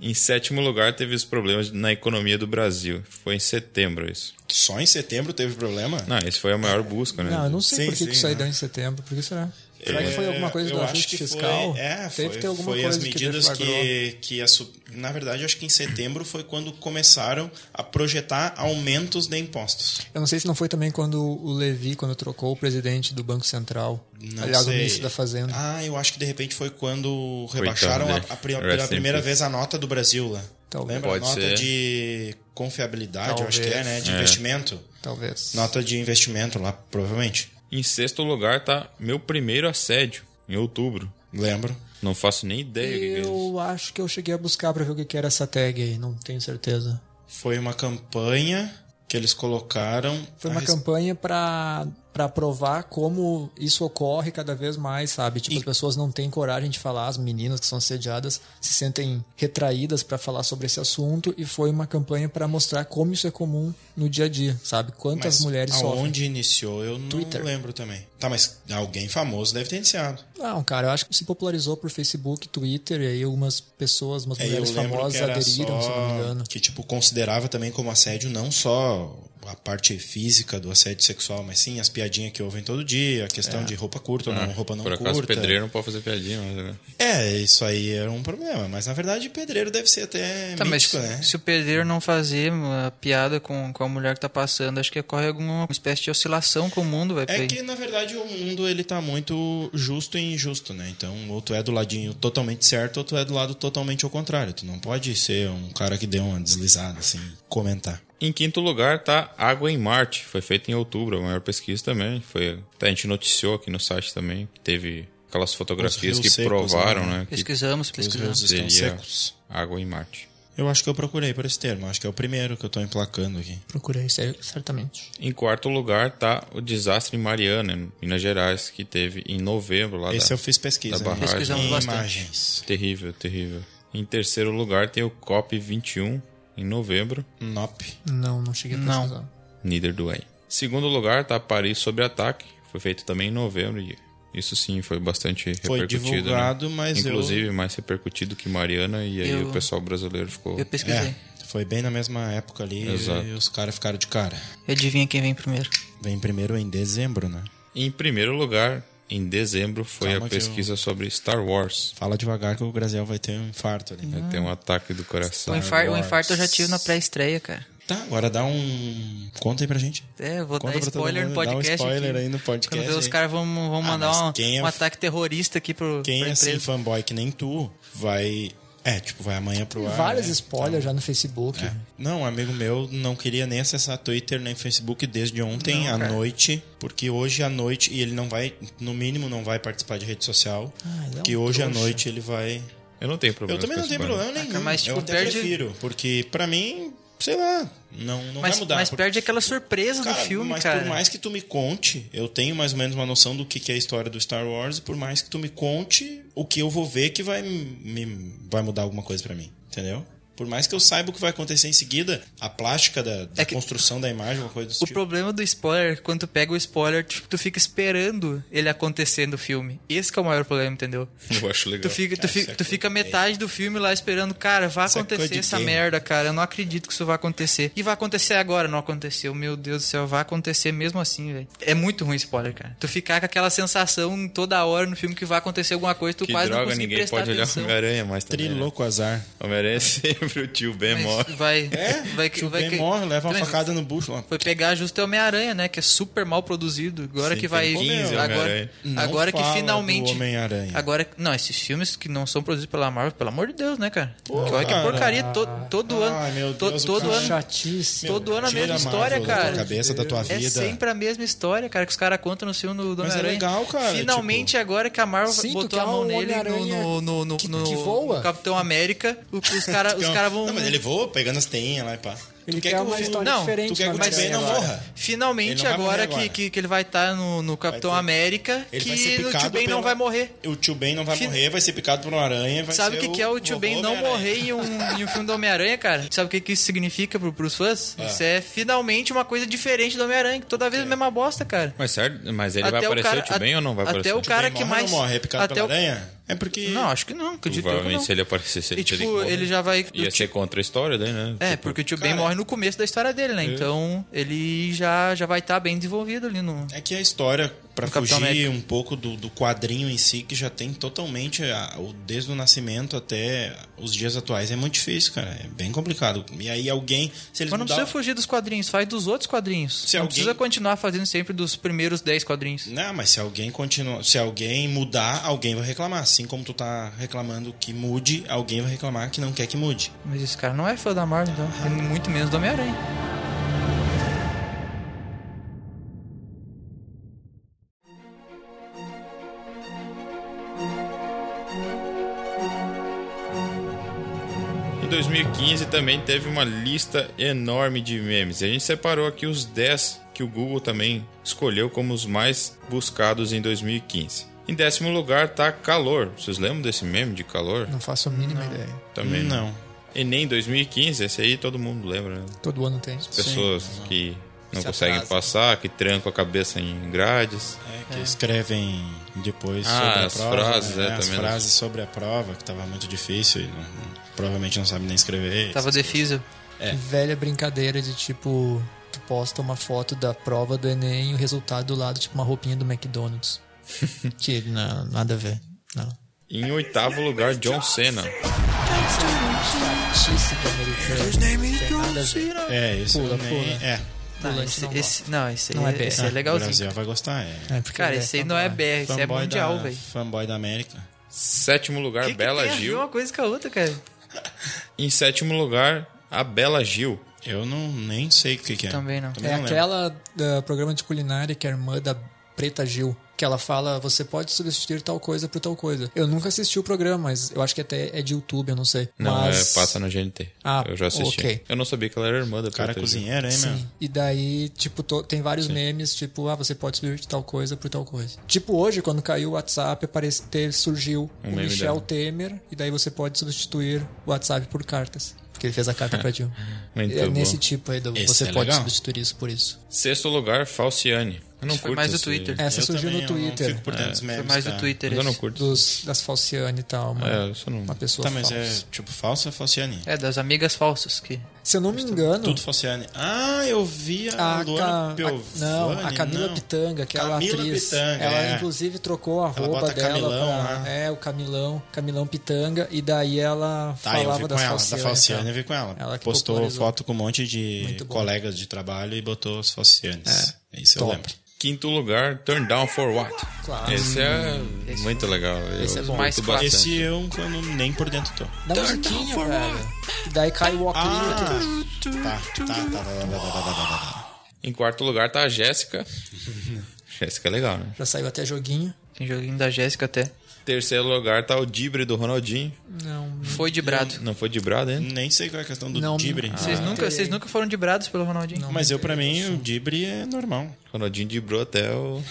Speaker 1: Em sétimo lugar teve os problemas na economia do Brasil. Foi em setembro isso.
Speaker 5: Só em setembro teve problema?
Speaker 1: Não, esse foi a maior busca, né?
Speaker 2: Não, eu não sei
Speaker 5: Sim,
Speaker 2: por que,
Speaker 5: sim,
Speaker 2: que isso aí
Speaker 5: né?
Speaker 2: deu em setembro. Por que será? Será que foi
Speaker 5: É,
Speaker 2: alguma coisa
Speaker 5: eu
Speaker 2: do
Speaker 5: acho
Speaker 2: ajuste
Speaker 5: que foi-
Speaker 2: fiscal?
Speaker 5: é, foi,
Speaker 2: Teve que ter alguma
Speaker 5: foi
Speaker 2: coisa
Speaker 5: as medidas
Speaker 2: que, deflagrou.
Speaker 5: que, que a su- na verdade, eu acho que em setembro foi quando começaram a projetar aumentos de impostos.
Speaker 2: Eu não sei se não foi também quando o Levi, quando trocou o presidente do Banco Central.
Speaker 5: Não
Speaker 2: aliás,
Speaker 5: sei.
Speaker 2: o ministro da Fazenda.
Speaker 5: Ah, eu acho que de repente foi quando
Speaker 1: então,
Speaker 5: rebaixaram a,
Speaker 1: dele.
Speaker 5: a pri-
Speaker 1: Rest
Speaker 5: pela
Speaker 1: in
Speaker 5: primeira
Speaker 1: peace.
Speaker 5: vez a nota do Brasil lá.
Speaker 2: Talvez.
Speaker 5: Lembra?
Speaker 1: Pode
Speaker 5: nota
Speaker 1: ser.
Speaker 5: de confiabilidade, eu acho que é,
Speaker 2: Talvez.
Speaker 5: né? De
Speaker 1: É.
Speaker 5: investimento.
Speaker 2: Talvez.
Speaker 5: Nota de investimento lá, provavelmente.
Speaker 1: Em sexto lugar tá meu primeiro assédio, em outubro.
Speaker 5: Lembro.
Speaker 1: Não faço nem ideia o que que é isso.
Speaker 2: Eu acho que eu cheguei a buscar pra ver o que que era essa tag aí, não tenho certeza.
Speaker 5: Foi uma campanha que eles colocaram.
Speaker 2: Foi
Speaker 5: a
Speaker 2: uma
Speaker 5: res-
Speaker 2: campanha pra para provar como isso ocorre cada vez mais, sabe? Tipo, as pessoas não têm coragem de falar, as meninas que são assediadas se sentem retraídas pra falar sobre esse assunto e foi uma campanha pra mostrar como isso é comum no dia a dia, sabe? Quantas
Speaker 5: Mas
Speaker 2: mulheres sofrem.
Speaker 5: Aonde iniciou, eu não
Speaker 2: Twitter.
Speaker 5: lembro também. Tá, mas alguém famoso deve ter iniciado.
Speaker 2: Não, cara, eu acho que se popularizou por Facebook, Twitter e aí algumas pessoas, umas
Speaker 5: É,
Speaker 2: mulheres
Speaker 5: eu lembro que
Speaker 2: famosas
Speaker 5: era
Speaker 2: aderiram,
Speaker 5: só...
Speaker 2: se não me engano.
Speaker 5: Que, tipo, considerava também como assédio não só a parte física do assédio sexual, mas sim as piadinhas que ouvem todo dia, a questão de roupa curta ou não, roupa não
Speaker 1: É. Por acaso
Speaker 5: curta.
Speaker 1: pedreiro não pode fazer piadinha, mas...
Speaker 5: É, isso aí era um problema. Mas, na verdade, pedreiro deve ser até
Speaker 3: Tá, mas
Speaker 5: mítico, né?
Speaker 3: se o pedreiro não fazer uma piada com, com a mulher que tá passando, acho que ocorre alguma espécie de oscilação com o mundo, vai
Speaker 5: É que, na verdade, o mundo ele tá muito justo e injusto, né? Então, ou tu é do ladinho totalmente certo, ou tu é do lado totalmente ao contrário. Tu não pode ser um cara que deu uma deslizada, assim, comentar.
Speaker 1: Em quinto lugar tá Água em Marte. Foi feita em outubro, a maior pesquisa também. Foi, a gente noticiou aqui no site também que teve aquelas fotografias
Speaker 5: rios
Speaker 1: que
Speaker 5: secos,
Speaker 1: provaram,
Speaker 5: né?
Speaker 1: né? que
Speaker 3: Pesquisamos,
Speaker 5: Os
Speaker 3: pesquisamos.
Speaker 5: rios estão
Speaker 1: Seria-
Speaker 5: secos.
Speaker 1: água em Marte.
Speaker 5: Eu acho que eu procurei por esse termo. Acho que é o primeiro que eu tô emplacando aqui.
Speaker 2: Procurei, sério, certamente.
Speaker 1: Em quarto lugar tá o desastre em Mariana, em Minas Gerais, que teve em novembro lá.
Speaker 5: esse
Speaker 1: Tá da-
Speaker 5: eu fiz pesquisa.
Speaker 1: da
Speaker 5: né?
Speaker 1: barragem.
Speaker 3: Pesquisamos
Speaker 5: Em
Speaker 3: bastante.
Speaker 5: Imagens.
Speaker 1: Terrível, terrível. Em terceiro lugar tem o COP 21 em novembro,
Speaker 5: Nop.
Speaker 2: Não, não cheguei a
Speaker 3: Não.
Speaker 2: pesquisar.
Speaker 1: Neither do I. Segundo lugar tá Paris sobre ataque, foi feito também em novembro e isso sim foi bastante
Speaker 5: Foi
Speaker 1: repercutido. né?
Speaker 5: divulgado, mas
Speaker 1: Inclusive, mais repercutido que Mariana, e aí
Speaker 3: Eu-
Speaker 1: o pessoal brasileiro ficou.
Speaker 3: Eu
Speaker 5: eu...
Speaker 3: pesquisei.
Speaker 5: É, foi bem na mesma época ali
Speaker 1: Exato.
Speaker 5: e os caras ficaram de cara.
Speaker 3: Adivinha quem vem primeiro.
Speaker 5: Vem primeiro em dezembro, né?
Speaker 1: Em primeiro lugar, em dezembro, foi
Speaker 5: Calma
Speaker 1: a
Speaker 5: que eu-
Speaker 1: pesquisa
Speaker 3: um
Speaker 1: sobre Star Wars.
Speaker 5: Fala devagar que o Graziel vai ter um infarto ali.
Speaker 2: Uhum.
Speaker 1: Aí Tem um ataque do coração.
Speaker 3: O Ah. Um infarto, o
Speaker 5: Wars.
Speaker 3: infarto eu já tive na pré-estreia, cara.
Speaker 5: Tá, agora dá um... Conta aí pra gente.
Speaker 3: É, eu vou
Speaker 5: Conta
Speaker 3: dar
Speaker 5: pra todo
Speaker 3: spoiler no
Speaker 5: mundo, dá um
Speaker 3: podcast.
Speaker 5: spoiler
Speaker 3: aqui.
Speaker 5: aí no podcast,
Speaker 3: Quando ver os
Speaker 5: hein?
Speaker 3: caras vão, vão
Speaker 5: Ah,
Speaker 3: mandar
Speaker 5: mas
Speaker 3: um,
Speaker 5: quem é-
Speaker 3: um ataque terrorista aqui pro,
Speaker 5: Quem
Speaker 3: pra
Speaker 5: é assim,
Speaker 3: empresa.
Speaker 5: fanboy que nem tu, vai... É, tipo, vai amanhã pro ar.
Speaker 2: Várias
Speaker 5: né?
Speaker 2: spoilers já no Facebook.
Speaker 5: Não, um amigo meu não queria nem acessar Twitter nem Facebook desde ontem à noite, porque hoje à noite, e ele não vai, no mínimo, não vai participar de rede social,
Speaker 2: Ah, ele é um
Speaker 5: que hoje à
Speaker 2: trouxa.
Speaker 5: noite ele vai.
Speaker 1: Eu não tenho problema.
Speaker 5: Eu também
Speaker 1: com
Speaker 5: não
Speaker 1: esse
Speaker 5: tenho problema nenhum,
Speaker 3: mas, tipo,
Speaker 5: eu até
Speaker 3: perde-
Speaker 5: prefiro, porque pra mim, sei lá, não, não
Speaker 3: mas
Speaker 5: vai mudar.
Speaker 3: mas
Speaker 5: porque-
Speaker 3: perde aquela surpresa
Speaker 5: Cara,
Speaker 3: do filme,
Speaker 5: mas
Speaker 3: cara.
Speaker 5: por mais que tu me conte, eu tenho mais ou menos uma noção do que, que é a história do Star Wars, e por mais que tu me conte, o que eu vou ver que vai me vai mudar alguma coisa pra mim, entendeu? Por mais que eu saiba o que vai acontecer em seguida, a plástica da, da
Speaker 3: É que-
Speaker 5: construção da imagem, uma coisa do
Speaker 3: O
Speaker 5: tipo.
Speaker 3: problema do spoiler, é que quando tu pega o spoiler, tu, tu fica esperando ele acontecer no filme. Esse que é o maior problema, entendeu?
Speaker 1: problema. Eu acho legal.
Speaker 3: Tu fica, tu
Speaker 5: Cara, isso
Speaker 3: fica,
Speaker 5: é
Speaker 3: tu fica
Speaker 5: coisa de
Speaker 3: metade do filme lá esperando, cara, vai
Speaker 5: Isso é coisa
Speaker 3: acontecer
Speaker 5: de
Speaker 3: essa
Speaker 5: gay, né?
Speaker 3: merda, cara. Eu não acredito que isso vai acontecer. E vai acontecer agora, não aconteceu. Meu Deus do céu, vai acontecer mesmo assim, velho. É muito ruim spoiler, cara. Tu ficar com aquela sensação toda hora no filme que vai acontecer alguma coisa, tu
Speaker 1: Que
Speaker 3: quase não
Speaker 1: droga,
Speaker 3: consegue
Speaker 1: ninguém
Speaker 3: prestar
Speaker 1: pode olhar o
Speaker 3: atenção.
Speaker 1: Homem-Aranha mais também. né?
Speaker 5: Triloco azar.
Speaker 1: Homem-Aranha é sempre o tio Ben morre.
Speaker 3: Mas vai, vai,
Speaker 5: Tio
Speaker 3: É que vai,
Speaker 5: É? Ben
Speaker 3: que-
Speaker 5: Tipo, morre, leva uma
Speaker 3: Também
Speaker 5: facada no bucho. ó.
Speaker 3: Foi pegar justo o Homem-Aranha, né? Que é super mal produzido. Agora
Speaker 1: Sim,
Speaker 3: que vai.
Speaker 1: tem 15
Speaker 3: agora
Speaker 1: Homem-Aranha.
Speaker 5: Não
Speaker 3: agora que
Speaker 5: fala do
Speaker 3: finalmente.
Speaker 5: Homem-Aranha.
Speaker 3: Agora, não, esses filmes que não são produzidos pela Marvel, pelo amor de Deus, né, cara?
Speaker 5: Pô,
Speaker 3: que olha que
Speaker 5: cara.
Speaker 3: porcaria todo, todo ano.
Speaker 5: Ai, meu
Speaker 3: to-
Speaker 5: Deus, o
Speaker 3: todo
Speaker 5: cara-
Speaker 3: ano.
Speaker 2: Chatíssimo.
Speaker 3: Todo ano é a
Speaker 5: Tira
Speaker 3: mesma
Speaker 5: Marvel
Speaker 3: história,
Speaker 5: da
Speaker 3: cara.
Speaker 5: tua cabeça, da tua
Speaker 3: É
Speaker 5: vida.
Speaker 3: sempre a mesma história, cara, que os caras contam no filme do do
Speaker 5: Mas é
Speaker 3: Homem-Aranha.
Speaker 5: legal, cara,
Speaker 3: Finalmente, agora que a Marvel
Speaker 2: Sinto
Speaker 3: botou
Speaker 2: que
Speaker 3: a mão
Speaker 2: é um
Speaker 3: nele no,
Speaker 2: Homem-Aranha
Speaker 3: no, no, no-
Speaker 2: que-
Speaker 3: no
Speaker 2: que voa.
Speaker 3: Capitão América, o- os caras os
Speaker 5: Capitão
Speaker 3: caras vão.
Speaker 5: Então, Não, mas ele voa pegando as teinhas lá e pá.
Speaker 2: Ele quer uma
Speaker 5: o-
Speaker 2: história
Speaker 3: Não,
Speaker 2: diferente.
Speaker 5: um-
Speaker 2: é
Speaker 5: tu quer que o
Speaker 2: na
Speaker 5: Tio Ben
Speaker 2: verdade,
Speaker 5: não
Speaker 2: agora.
Speaker 5: morra? Ele
Speaker 3: Finalmente,
Speaker 5: não vai
Speaker 3: agora,
Speaker 5: morrer agora.
Speaker 3: Que, que, que ele vai estar no, no Capitão
Speaker 5: ter-
Speaker 3: América,
Speaker 5: Ele vai ser
Speaker 3: que o
Speaker 5: picado
Speaker 3: Tio Ben
Speaker 5: pelo-
Speaker 3: não vai morrer.
Speaker 5: O tio Ben não vai
Speaker 3: Fin-
Speaker 5: morrer, vai ser picado por uma aranha. Vai
Speaker 3: Sabe o
Speaker 5: ser
Speaker 3: que, que é o Tio
Speaker 5: vovô
Speaker 3: Ben não
Speaker 5: Homem-Aranha.
Speaker 3: morrer em um, em um filme do Homem-Aranha, cara? Sabe o que, que isso significa pro, pros fãs?
Speaker 5: Ah.
Speaker 3: Isso é finalmente uma coisa diferente do Homem-Aranha, que toda vez é a mesma bosta, cara.
Speaker 1: Mas, certo, mas ele vai
Speaker 3: Até o
Speaker 1: aparecer
Speaker 3: cara-
Speaker 1: o tio Ben ou não vai
Speaker 3: até
Speaker 1: aparecer?
Speaker 3: o
Speaker 1: Tio
Speaker 3: cara-
Speaker 5: Ele
Speaker 3: que
Speaker 5: morre
Speaker 3: mais-
Speaker 5: ou morre, é picado
Speaker 3: até
Speaker 5: pela
Speaker 3: o-
Speaker 5: aranha? É porque.
Speaker 3: Não, acho que não,
Speaker 1: Ben?
Speaker 3: acredito que
Speaker 1: Tipo, Provavelmente
Speaker 3: não.
Speaker 1: se ele aparecer, se
Speaker 3: E
Speaker 1: ele
Speaker 3: tipo, ele já vai.
Speaker 1: Ia ser contra a história daí, né?
Speaker 3: É,
Speaker 1: Tipo,
Speaker 3: porque o tio Ben
Speaker 5: cara- É.
Speaker 3: morre no começo da história dele, né? Então ele já, já vai estar bem desenvolvido ali no.
Speaker 5: É que a história, pra
Speaker 3: No Capitão
Speaker 5: fugir
Speaker 3: América.
Speaker 5: um pouco do, do quadrinho em si, que já tem totalmente, a- o- desde o nascimento até os dias atuais, é muito difícil, cara. É bem complicado. E aí alguém. Se eles
Speaker 3: Mas não
Speaker 5: mudar-
Speaker 3: precisa fugir dos quadrinhos, faz dos outros quadrinhos.
Speaker 5: Se
Speaker 3: não
Speaker 5: alguém-
Speaker 3: precisa continuar fazendo sempre dos primeiros 10 quadrinhos.
Speaker 5: Não, mas se alguém continua, se alguém mudar, alguém vai reclamar. Assim como tu tá reclamando que mude, alguém vai reclamar que não quer que mude.
Speaker 3: Mas esse cara não é fã da Marvel, então. e Muito menos do Homem-Aranha.
Speaker 1: Em 2015 também teve uma lista enorme de memes. A gente separou aqui os 10 que o Google também escolheu como os mais buscados em 2015. Em décimo lugar tá calor. Vocês lembram desse meme de calor?
Speaker 2: Não faço a mínima ideia.
Speaker 1: Também
Speaker 5: não.
Speaker 1: Enem 2015, esse aí todo mundo lembra, né?
Speaker 2: Todo ano tem.
Speaker 1: Pessoas que não
Speaker 2: Se
Speaker 1: conseguem
Speaker 2: atrasam.
Speaker 1: passar, que trancam a cabeça em grades.
Speaker 5: É, que escrevem depois
Speaker 1: Ah,
Speaker 5: sobre a
Speaker 1: as
Speaker 5: prova. né,
Speaker 1: frases, é,
Speaker 5: as
Speaker 1: também.
Speaker 5: frases sobre a prova, que tava muito difícil e não- não- provavelmente não sabe nem escrever.
Speaker 3: Tava defisa.
Speaker 5: É.
Speaker 2: Velha brincadeira de tipo, tu posta uma foto da prova do Enem e o resultado do lado, tipo uma roupinha do McDonald's. que na- nada a ver. Não.
Speaker 1: Em oitavo lugar, John Cena.
Speaker 2: Artístico americano. Tem nada a ver.
Speaker 5: É, isso
Speaker 2: Pula,
Speaker 5: nem...
Speaker 2: pula.
Speaker 5: É,
Speaker 3: Não,
Speaker 2: Pulante
Speaker 3: esse,
Speaker 2: não
Speaker 3: esse- não, esse,
Speaker 2: Não é
Speaker 3: é,
Speaker 2: BR.
Speaker 3: esse é
Speaker 2: Ah,
Speaker 5: o
Speaker 3: legalzinho.
Speaker 5: Brasil vai gostar, é.
Speaker 2: É, porque
Speaker 3: Cara,
Speaker 2: ele
Speaker 3: esse aí não é
Speaker 2: fanboy.
Speaker 3: BR, esse é
Speaker 5: Fanboy
Speaker 3: mundial,
Speaker 5: da-
Speaker 3: velho.
Speaker 5: Fanboy da América.
Speaker 1: Sétimo lugar,
Speaker 3: Que que
Speaker 1: Bela
Speaker 3: tem a ver
Speaker 1: Gil.
Speaker 3: uma coisa com a outra, cara.
Speaker 1: Em sétimo lugar, a Bela Gil.
Speaker 5: Eu não nem sei o que, que é.
Speaker 3: Também não.
Speaker 2: É
Speaker 5: lembro.
Speaker 2: aquela da programa de culinária que é a irmã da Preta Gil, que ela fala, você pode substituir tal coisa por tal coisa. Eu nunca assisti o programa, mas eu acho que até é de YouTube, eu não sei.
Speaker 1: Não,
Speaker 2: mas...
Speaker 1: é, passa no GNT.
Speaker 2: Ah,
Speaker 1: eu já assisti.
Speaker 2: ok.
Speaker 1: Eu não sabia que ela era irmã da
Speaker 5: O cara é
Speaker 1: Preta Gil.
Speaker 5: cozinheiro, hein, meu?
Speaker 2: Sim. E daí, tipo, to- tem vários memes, tipo, ah, você pode subir de tal coisa por tal coisa. Tipo, hoje, quando caiu o WhatsApp, aparece, teve, surgiu
Speaker 1: Um
Speaker 2: o
Speaker 1: meme
Speaker 2: Michel
Speaker 1: dela.
Speaker 2: Temer, e daí você pode substituir o WhatsApp por cartas. Porque ele fez a carta pra Dilma.
Speaker 1: Muito
Speaker 2: é
Speaker 1: bom.
Speaker 2: nesse tipo aí, do,
Speaker 5: Esse
Speaker 2: você
Speaker 5: é
Speaker 2: pode
Speaker 5: legal.
Speaker 2: substituir isso por isso.
Speaker 1: Sexto lugar, Falciane. Eu não
Speaker 3: Isso foi
Speaker 1: curto
Speaker 3: mais do
Speaker 1: esse-
Speaker 3: Twitter.
Speaker 2: Essa
Speaker 5: Eu
Speaker 2: surgiu no
Speaker 5: também, eu não
Speaker 2: Twitter. É,
Speaker 5: fico por dentro dos memes,
Speaker 3: Foi mais do
Speaker 5: cara.
Speaker 3: Twitter.
Speaker 1: Mas eu não
Speaker 3: esse.
Speaker 1: curto.
Speaker 2: dos, das falciane e tal, uma,
Speaker 1: É, isso não...
Speaker 2: uma pessoa
Speaker 5: Tá, mas
Speaker 2: falsa.
Speaker 5: é tipo falso ou é falciane?
Speaker 3: É, das amigas falsas que.
Speaker 2: Se eu não me engano,
Speaker 5: Tudo falciane. Ah, eu vi a,
Speaker 2: a, Ca-
Speaker 5: Luana
Speaker 2: a-
Speaker 5: Piovani.
Speaker 2: não, a Camila
Speaker 5: não.
Speaker 2: Pitanga, aquela
Speaker 5: Camila
Speaker 2: atriz,
Speaker 5: Pitanga,
Speaker 2: ela
Speaker 5: é.
Speaker 2: inclusive trocou a
Speaker 5: Ela
Speaker 2: roupa
Speaker 5: bota
Speaker 2: dela
Speaker 5: Camilão
Speaker 2: pra,
Speaker 5: lá.
Speaker 2: é o Camilão, Camilão Pitanga e daí ela
Speaker 5: Tá, eu vi
Speaker 2: falava
Speaker 5: com
Speaker 2: das
Speaker 5: ela,
Speaker 2: falciane.
Speaker 5: da Falciane
Speaker 2: cara.
Speaker 5: eu vi com ela.
Speaker 2: Ela que
Speaker 5: Postou
Speaker 2: popularizou.
Speaker 5: foto com um monte de
Speaker 2: Muito bom.
Speaker 5: colegas de trabalho e botou os Falcianes. É, isso
Speaker 2: top.
Speaker 5: eu lembro.
Speaker 1: Quinto lugar, Turn Down for What?
Speaker 2: Claro. Hum,
Speaker 1: Esse é
Speaker 3: Esse
Speaker 1: muito legal.
Speaker 2: Esse
Speaker 1: eu
Speaker 2: é bom.
Speaker 3: Mais
Speaker 1: curto
Speaker 3: clássico.
Speaker 1: bastante.
Speaker 5: Esse eu quando nem por dentro tô.
Speaker 2: Da musiquinha, velho. E daí cai o óculos.
Speaker 5: Ah. Tá, tá, tá, tá, tá, tá, tá, tá, tá, tá, tá.
Speaker 1: Em quarto lugar tá a Jéssica. Jéssica é legal, né?
Speaker 2: Já saiu até joguinho.
Speaker 3: Tem joguinho da Jéssica até.
Speaker 1: Terceiro lugar tá o Dibre do Ronaldinho.
Speaker 2: Não,
Speaker 3: Foi de brado.
Speaker 1: Não foi Dibrado ainda?
Speaker 5: Nem sei qual é a questão do
Speaker 2: Não,
Speaker 5: Dibre.
Speaker 3: Vocês, nunca,
Speaker 2: tem.
Speaker 3: vocês nunca foram de brados pelo Ronaldinho?
Speaker 2: Não.
Speaker 5: Mas eu, pra mim, o Dibre é normal.
Speaker 1: Ronaldinho dibrou até o.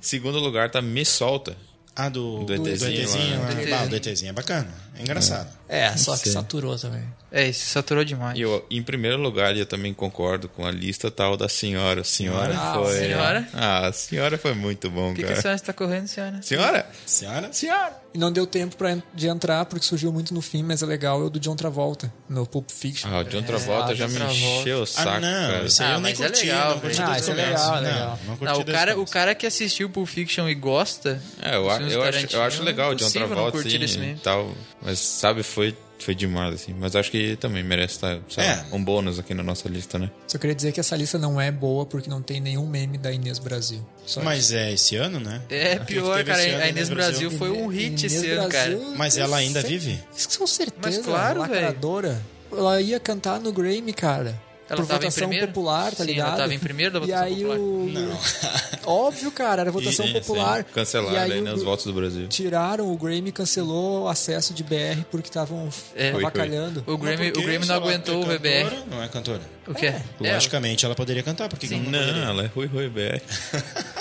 Speaker 1: Segundo lugar tá Me Solta.
Speaker 5: Ah, do,
Speaker 1: Do
Speaker 5: do, do
Speaker 1: ETzinho lá,
Speaker 5: ETzinho lá.
Speaker 3: né?
Speaker 5: Bah, o do ETzinho é bacana. É engraçado.
Speaker 2: é, só que
Speaker 1: sei.
Speaker 2: saturou também.
Speaker 3: É, isso saturou demais.
Speaker 1: E eu, em primeiro lugar, e eu também concordo com a lista tal da senhora. Senhora
Speaker 2: Ah,
Speaker 1: foi.
Speaker 3: senhora?
Speaker 1: Ah, a senhora foi muito bom,
Speaker 3: Por que, que a
Speaker 1: cara.
Speaker 3: senhora está correndo, senhora?
Speaker 1: senhora?
Speaker 5: Senhora?
Speaker 1: Senhora!
Speaker 2: E não deu tempo pra, en- de entrar, porque surgiu muito no fim, mas é legal, é o do John Travolta, no Pulp Fiction.
Speaker 1: Ah, o John Travolta
Speaker 3: ah,
Speaker 1: já
Speaker 3: John
Speaker 1: me
Speaker 3: Travolta.
Speaker 1: encheu o saco.
Speaker 5: ah, não.
Speaker 1: cara.
Speaker 5: Isso aí
Speaker 3: Ah,
Speaker 5: eu nem
Speaker 3: mas é
Speaker 5: curti.
Speaker 3: legal,
Speaker 5: não curti
Speaker 3: velho.
Speaker 5: desde
Speaker 2: Ah, isso é
Speaker 5: começo.
Speaker 2: legal, é
Speaker 5: Não,
Speaker 2: legal.
Speaker 5: não curti
Speaker 3: Não, o
Speaker 5: desde
Speaker 3: cara, o
Speaker 5: começo.
Speaker 3: cara que assistiu Pulp Fiction e gosta.
Speaker 1: É, eu,
Speaker 3: dos
Speaker 1: a-
Speaker 3: filmes
Speaker 1: eu
Speaker 3: do
Speaker 1: acho, eu acho
Speaker 3: Tarantino,
Speaker 1: legal o John
Speaker 3: impossível não
Speaker 1: Travolta,
Speaker 3: curtir esse
Speaker 1: assim, e
Speaker 3: meme.
Speaker 1: tal. Mas, sabe, foi, foi demais, assim. Mas acho que também merece estar, sei lá,
Speaker 5: É.
Speaker 1: um bônus aqui na nossa lista, né?
Speaker 2: Só queria dizer que essa lista não é boa porque não tem nenhum meme da Inês Brasil. Só
Speaker 5: Mas é esse ano, né?
Speaker 3: É
Speaker 5: O que
Speaker 3: pior,
Speaker 5: teve
Speaker 3: cara.
Speaker 5: esse ano,
Speaker 3: A
Speaker 5: né,
Speaker 3: Inês Brasil foi um hit
Speaker 2: Inês
Speaker 3: esse ano, cara.
Speaker 2: Brasil,
Speaker 5: Mas
Speaker 2: eu
Speaker 5: ela ainda
Speaker 2: sei-
Speaker 5: vive?
Speaker 2: Isso que são certeza.
Speaker 3: Mas claro,
Speaker 2: lacradora. Ela ia cantar no Grammy, cara.
Speaker 3: Ela
Speaker 2: por
Speaker 3: tava em
Speaker 2: votação
Speaker 3: primeiro?
Speaker 2: popular, tá
Speaker 3: Sim,
Speaker 2: ligado?
Speaker 3: ela tava em primeiro da
Speaker 2: E
Speaker 3: votação
Speaker 2: aí
Speaker 3: popular.
Speaker 2: o...
Speaker 5: Não.
Speaker 2: Óbvio, cara, era votação
Speaker 1: Sim, sim.
Speaker 2: popular.
Speaker 1: Cancelaram
Speaker 2: E
Speaker 1: aí,
Speaker 2: aí
Speaker 1: né,
Speaker 2: o-
Speaker 1: os votos do Brasil.
Speaker 2: Tiraram, o Grammy cancelou o acesso de BR porque estavam
Speaker 3: É. Foi,
Speaker 1: foi.
Speaker 2: avacalhando.
Speaker 3: O Grammy,
Speaker 5: porque
Speaker 3: o Grammy
Speaker 5: se
Speaker 3: não
Speaker 5: ela é
Speaker 3: aguentou o
Speaker 5: cantora,
Speaker 3: VBR.
Speaker 5: Não é cantora.
Speaker 3: O que é?
Speaker 5: Logicamente ela poderia cantar, porque não,
Speaker 1: Não, ela é Rui Rui BR.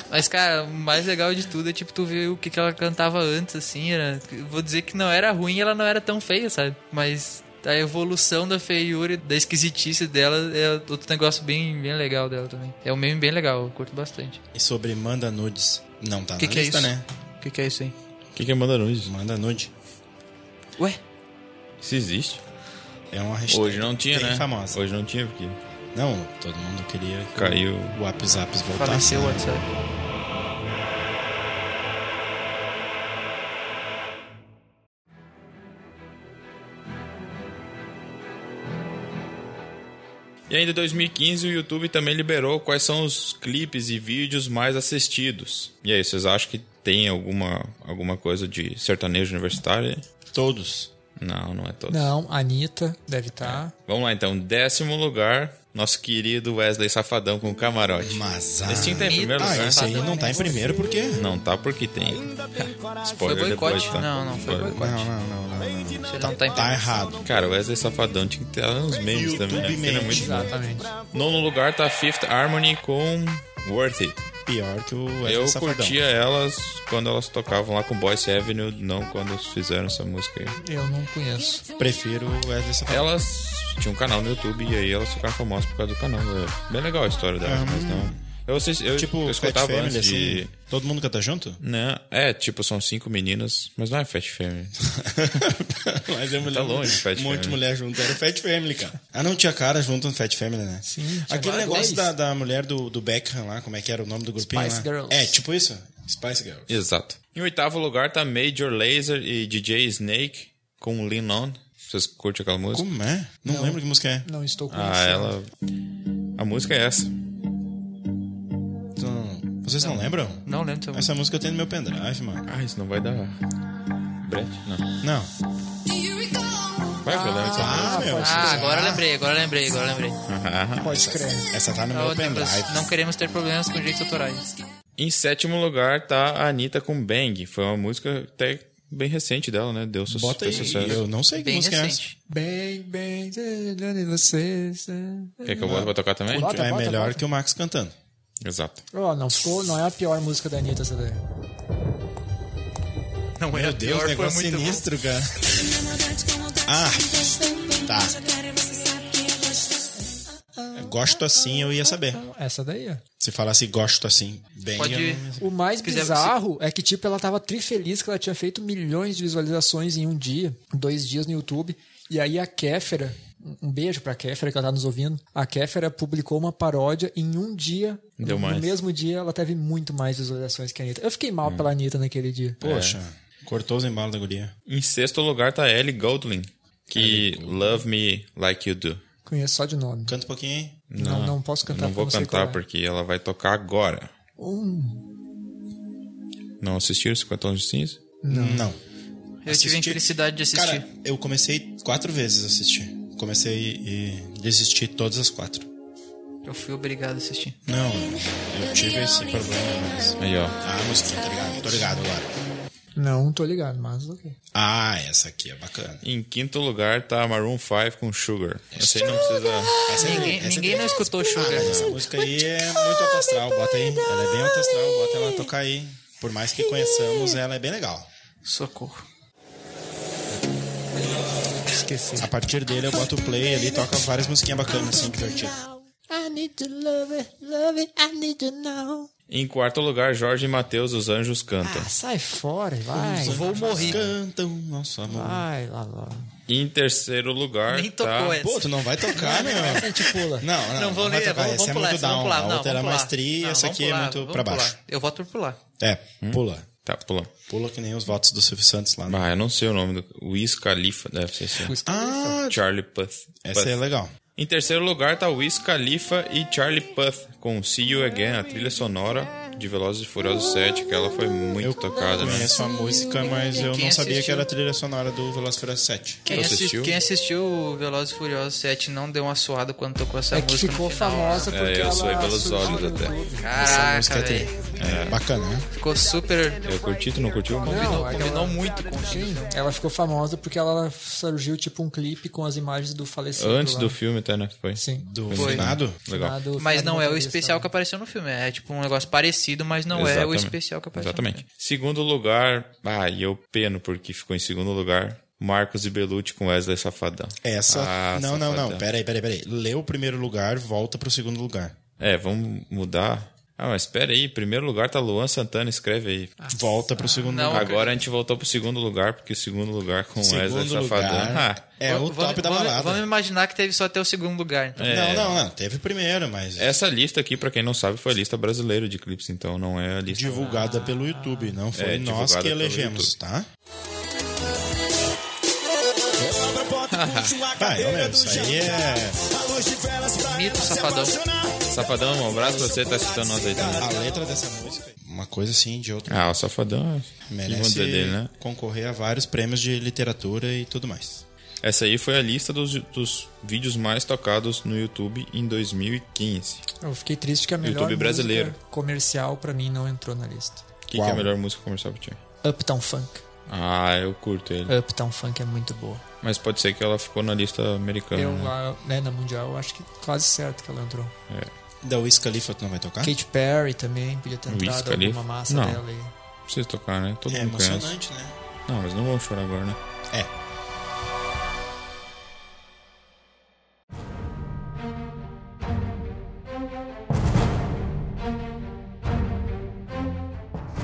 Speaker 3: Mas, cara, o mais legal de tudo é, tipo, tu ver o que, que ela cantava antes, assim. Era... Vou dizer que não era ruim, ela não era tão feia, sabe? Mas a evolução da feiura, da esquisitice dela é outro negócio bem, bem legal dela também. É um meme bem legal, eu curto bastante.
Speaker 5: E sobre Manda Nudes, não tá
Speaker 3: Que
Speaker 5: na
Speaker 3: que é
Speaker 5: lista,
Speaker 3: isso?
Speaker 5: né?
Speaker 3: O que, que é isso aí?
Speaker 1: O que, que é Manda Nunes?
Speaker 5: Manda Nude.
Speaker 3: Ué?
Speaker 1: Isso existe?
Speaker 5: É uma hashtag
Speaker 1: Hoje não tinha,
Speaker 5: bem
Speaker 1: né?
Speaker 5: famosa.
Speaker 1: Hoje não tinha, porque
Speaker 5: Não, todo mundo queria que
Speaker 1: caiu.
Speaker 5: o WhatsApp voltasse.
Speaker 3: Faleceu o
Speaker 5: né?
Speaker 3: WhatsApp.
Speaker 1: E ainda em 2015 o YouTube também liberou quais são os clipes e vídeos mais assistidos. E aí, vocês acham que tem alguma, alguma coisa de sertanejo universitário? aí?
Speaker 5: Todos.
Speaker 1: Não, não é todos.
Speaker 2: Não, a Anitta deve tá. estar.
Speaker 1: Vamos lá então, décimo lugar, nosso querido Wesley Safadão com camarote.
Speaker 5: Mas a...
Speaker 1: Esse time tá em primeiro
Speaker 5: Ah,
Speaker 3: né?
Speaker 1: lugar?
Speaker 5: esse aí não tá em primeiro porque...
Speaker 1: Não tá porque tem.
Speaker 3: Foi
Speaker 1: Spoiler
Speaker 3: boicote?
Speaker 1: depois, tá?
Speaker 3: Não, não, foi
Speaker 1: Spoiler.
Speaker 3: boicote.
Speaker 5: Não, não, não, não, não.
Speaker 3: Você não tá em
Speaker 5: Tá errado.
Speaker 1: Cara, o Wesley Safadão tinha que ter lá nos memes também, né? Porque Ele é
Speaker 5: Mente.
Speaker 1: muito bom.
Speaker 2: Exatamente.
Speaker 1: Nono lugar tá Fifth Harmony com Worth It.
Speaker 5: Pior que o Wesley
Speaker 1: Eu
Speaker 5: Safadão.
Speaker 1: curtia elas quando elas tocavam lá com Boyce Avenue, não quando fizeram essa música aí.
Speaker 2: Eu não conheço.
Speaker 5: Prefiro o Wesley
Speaker 1: É,
Speaker 5: Safadão.
Speaker 1: Elas tinham um canal no YouTube e aí elas ficaram famosas por causa do canal. É bem legal a história delas, mas não. Eu, assisti, eu,
Speaker 5: Hum. Tipo,
Speaker 1: eu
Speaker 5: Fat
Speaker 1: escutava
Speaker 5: Family,
Speaker 1: antes de.
Speaker 5: assim. Todo mundo canta junto?
Speaker 1: Não, é, tipo, são cinco meninas, mas não é Fat Family.
Speaker 5: Mas eu me
Speaker 1: Tá
Speaker 5: lembro
Speaker 1: longe, Fat
Speaker 5: Um monte de
Speaker 1: Family.
Speaker 5: mulher junto. Era o Fat Family, cara. Ah, não tinha cara junto no Fat Family, né?
Speaker 2: Sim, tinha
Speaker 5: Aquele
Speaker 2: vários.
Speaker 5: negócio da, da mulher do, do Beckham lá, como é que era o nome do grupinho
Speaker 2: Spice
Speaker 5: lá?
Speaker 2: Girls.
Speaker 5: É, tipo isso. Spice Girls.
Speaker 1: Exato. Em oitavo lugar tá Major Laser e DJ Snake com Lean On. Vocês curtem aquela música?
Speaker 5: Como é? Não, lembro que música é.
Speaker 2: Não estou conhecendo.
Speaker 1: Ah, ela. A música é essa.
Speaker 5: Tu- Vocês não, lembram?
Speaker 3: Não lembro. também.
Speaker 5: Essa música eu tenho no meu pendrive, mano.
Speaker 1: Ah, isso não vai dar. Brett? Não.
Speaker 5: Não.
Speaker 1: Vai, Ah, ah, problema
Speaker 5: Ah, meu.
Speaker 3: Ah, agora lembrei, agora lembrei, agora lembrei.
Speaker 2: Pode crer.
Speaker 5: Essa tá no
Speaker 3: Ah,
Speaker 5: meu
Speaker 3: outras-
Speaker 5: pendrive.
Speaker 3: não queremos ter problemas com direitos autorais.
Speaker 1: Em sétimo lugar tá a Anitta com Bang. Foi uma música até bem recente dela, né? Deu su-
Speaker 5: Bota aí.
Speaker 1: fez sucesso.
Speaker 5: Eu não sei que
Speaker 3: Bem
Speaker 5: música é
Speaker 3: recente.
Speaker 2: Bem, bem, de vocês.
Speaker 1: Quer que eu bote pra tocar também?
Speaker 5: é essa.
Speaker 2: Bota,
Speaker 5: é
Speaker 2: bota,
Speaker 5: melhor
Speaker 2: bota.
Speaker 5: que o Max cantando.
Speaker 1: Exato.
Speaker 2: Ó, não ficou, não é a pior música da Anitta essa daí.
Speaker 3: Não é
Speaker 5: Meu Deus,
Speaker 3: pior, foi
Speaker 5: negócio
Speaker 3: muito bom.
Speaker 5: sinistro, cara.
Speaker 4: Ah, tá.
Speaker 5: Gosto assim, eu ia saber.
Speaker 2: Essa daí, ó.
Speaker 5: Se falasse gosto assim, bem.
Speaker 3: Pode
Speaker 5: eu
Speaker 3: ir.
Speaker 5: não-
Speaker 2: O mais
Speaker 3: quiser,
Speaker 2: bizarro é que, tipo, ela tava trifeliz que ela tinha feito milhões de visualizações em um dia, dois dias no YouTube. E aí a Kéfera, um- um beijo pra Kéfera que ela tá nos ouvindo, a Kéfera publicou uma paródia em um dia.
Speaker 1: Deu
Speaker 2: no,
Speaker 1: mais. Hum.
Speaker 2: no mesmo dia, ela teve muito mais visualizações que a Anitta. Eu fiquei mal pela Anitta naquele dia.
Speaker 5: Poxa, cortou os embalos da guria.
Speaker 1: Em sexto lugar tá Ellie Goldlin, que Love Me Like You Do.
Speaker 2: Conheço só de nome.
Speaker 5: Canta um pouquinho, hein?
Speaker 2: Não, Tá, não, posso cantar
Speaker 1: Não vou
Speaker 2: porque eu sei
Speaker 1: cantar
Speaker 2: qual é.
Speaker 1: porque ela vai tocar agora. Não assistiram 50 anos de cinza?
Speaker 5: Não.
Speaker 3: Eu tive a infelicidade de assistir.
Speaker 5: Cara, eu comecei quatro vezes a assistir. Comecei e desisti todas as quatro.
Speaker 3: Eu fui obrigado a assistir.
Speaker 5: Não, eu tive esse problema, mas...
Speaker 1: Aí, ó.
Speaker 5: Ah, a musiquinha, tá ligado? Tô ligado agora.
Speaker 2: Não, tô ligado, mas ok.
Speaker 5: Ah, essa aqui é bacana.
Speaker 1: Em quinto lugar tá Maroon 5 com Sugar. Eu sei não precisa.
Speaker 5: Essa é
Speaker 3: Ninguém,
Speaker 5: essa é
Speaker 3: ninguém não escutou
Speaker 5: Ah,
Speaker 3: Sugar.
Speaker 5: mas essa música aí é muito autoastral, bota aí. Ela é bem autoastral, bota ela tocar aí. Por mais que conheçamos, ela é bem legal.
Speaker 3: Socorro.
Speaker 2: Esqueci.
Speaker 5: A partir dele eu boto o play ali, toca várias musiquinhas bacanas, assim, divertidas.
Speaker 4: I need to love it, love it, I need to know.
Speaker 1: Em quarto lugar, Jorge e Matheus, os anjos cantam.
Speaker 2: Ah, sai fora, vai.
Speaker 3: Vou morrer.
Speaker 5: Cantam nosso
Speaker 3: Ah,
Speaker 5: amor.
Speaker 2: Vai, lá, lá.
Speaker 1: Em terceiro lugar.
Speaker 3: Nem tocou
Speaker 1: tá...
Speaker 3: essa.
Speaker 5: Pô, tu não vai tocar, meu.
Speaker 2: A gente pula.
Speaker 5: Não, não,
Speaker 3: Não, vou
Speaker 5: vai
Speaker 3: ler,
Speaker 5: tocar.
Speaker 3: vamos,
Speaker 5: essa
Speaker 3: vamos
Speaker 5: é
Speaker 3: pular,
Speaker 5: muito
Speaker 3: essa,
Speaker 5: down.
Speaker 3: vamos pular.
Speaker 5: A
Speaker 3: Não,
Speaker 5: outra
Speaker 3: vamos
Speaker 5: era
Speaker 3: pular.
Speaker 5: mais tri,
Speaker 3: Não,
Speaker 5: essa
Speaker 3: vamos
Speaker 5: aqui é
Speaker 3: pular,
Speaker 5: muito
Speaker 3: vamos
Speaker 5: pra
Speaker 3: pular.
Speaker 5: baixo.
Speaker 3: Eu voto por pular. Hum?
Speaker 5: É, pula.
Speaker 1: Tá, pulando.
Speaker 5: Pula que nem os votos do Silvio Santos lá.
Speaker 1: Ah, eu não sei o nome do. Wiz Khalifa, deve ser esse.
Speaker 5: Ah,
Speaker 1: Charlie Puth.
Speaker 5: essa
Speaker 1: Puth.
Speaker 5: é legal.
Speaker 1: Em terceiro lugar tá Wiz Khalifa e Charlie Puth com See You Again, a trilha sonora de Velozes e Furiosos 7, que ela foi muito tocada, né?
Speaker 5: Conheço a música, mas eu
Speaker 3: Hum, Quem
Speaker 5: não sabia que
Speaker 3: assistiu?
Speaker 5: era a trilha sonora do Velociraptor 7.
Speaker 3: Quem
Speaker 1: Você
Speaker 3: assis-
Speaker 1: assistiu?
Speaker 3: quem assistiu o Velozes e Furiosos 7 não deu uma suada quando tocou essa
Speaker 2: É que
Speaker 3: música. no
Speaker 2: ficou
Speaker 3: final.
Speaker 2: famosa porque
Speaker 1: É, eu
Speaker 2: ela
Speaker 1: sou aí pelos
Speaker 2: surgiu
Speaker 1: olhos
Speaker 2: no
Speaker 1: até.
Speaker 2: YouTube.
Speaker 5: Essa
Speaker 3: Caraca,
Speaker 5: música é tri.
Speaker 3: velho.
Speaker 5: Bacana, né?
Speaker 3: Ficou super.
Speaker 1: Eu curti, tu não curtiu?
Speaker 3: Combinou,
Speaker 2: aquela-
Speaker 3: combinou muito com o filme.
Speaker 2: Ela ficou famosa porque ela surgiu tipo um clipe com as imagens do falecido.
Speaker 1: Antes
Speaker 2: lá.
Speaker 1: do filme, até, né? Foi.
Speaker 2: Sim. Ah,
Speaker 5: Do
Speaker 1: Foi.
Speaker 5: finado?
Speaker 1: Legal.
Speaker 2: Do-
Speaker 3: Mas
Speaker 2: do
Speaker 3: não é o
Speaker 2: motorista,
Speaker 3: especial
Speaker 2: né?
Speaker 3: que apareceu no filme. É tipo um negócio parecido, mas não é o
Speaker 1: Exatamente.
Speaker 3: especial que apareceu. no
Speaker 1: Exatamente.
Speaker 3: filme.
Speaker 1: Segundo lugar, ah, e eu peno porque ficou em segundo lugar. Marcos e Belucci com Wesley Safadão.
Speaker 5: Essa.
Speaker 1: Ah,
Speaker 5: não, não, não.
Speaker 1: safadão.
Speaker 5: Peraí, peraí, peraí. Lê o primeiro lugar, volta pro segundo lugar.
Speaker 1: É, vamos mudar. Ah, mas espera aí. Em primeiro lugar tá Luan Santana, escreve aí.
Speaker 3: Ah,
Speaker 5: Volta pro segundo
Speaker 3: Não,
Speaker 5: lugar.
Speaker 1: Agora a gente voltou pro segundo lugar, porque o segundo lugar com Wesley
Speaker 5: Segundo
Speaker 1: é Safadão.
Speaker 5: lugar.
Speaker 1: Ah,
Speaker 5: É o
Speaker 3: Vamos-
Speaker 5: top da
Speaker 3: vamos-
Speaker 5: balada.
Speaker 3: Vamos imaginar que teve só até o segundo lugar. então.
Speaker 5: Não, não, não. Teve o primeiro, mas.
Speaker 1: é. essa lista aqui, pra quem não sabe, foi a lista brasileira de clipes, então não é a lista.
Speaker 5: Divulgada pelo YouTube, não foi
Speaker 1: É,
Speaker 5: nós
Speaker 1: divulgada
Speaker 5: que
Speaker 1: pelo
Speaker 5: elegemos,
Speaker 1: YouTube.
Speaker 5: tá? Ah, eu lembro, isso aí é.
Speaker 1: É.
Speaker 3: Mito safadão.
Speaker 1: Safadão, um abraço pra você, tá assistindo nós aí também.
Speaker 5: é A letra dessa música. Uma coisa assim de outra.
Speaker 1: Ah, o Safadão é- que vão
Speaker 5: Merece
Speaker 1: dizer dele, né?
Speaker 5: concorrer a vários prêmios de literatura e tudo mais.
Speaker 1: Essa aí foi a lista dos, dos vídeos mais tocados no YouTube em 2015.
Speaker 2: Eu fiquei triste que a melhor
Speaker 1: YouTube brasileiro.
Speaker 2: música comercial pra mim não entrou na lista.
Speaker 1: O que, que
Speaker 5: Qual?
Speaker 1: é a melhor música comercial pra ti?
Speaker 2: Uptown Funk.
Speaker 1: Ah, eu curto ele.
Speaker 2: Uptown Funk é muito boa.
Speaker 1: Mas pode ser que ela ficou na lista americana.
Speaker 2: Eu,
Speaker 1: né?
Speaker 2: lá, né, na Mundial, eu acho que quase certo que ela entrou.
Speaker 5: Da Wiz Khalifa tu não vai tocar?
Speaker 2: Kate Perry também podia
Speaker 5: Um
Speaker 2: ter
Speaker 1: Wiz
Speaker 2: entrado
Speaker 1: Khalifa?
Speaker 2: alguma massa
Speaker 1: Não.
Speaker 2: dela aí.
Speaker 1: Não precisa tocar, né? Todo
Speaker 5: É
Speaker 1: mundo conhece.
Speaker 5: emocionante, né?
Speaker 1: Não, mas não vamos chorar agora, né?
Speaker 5: É.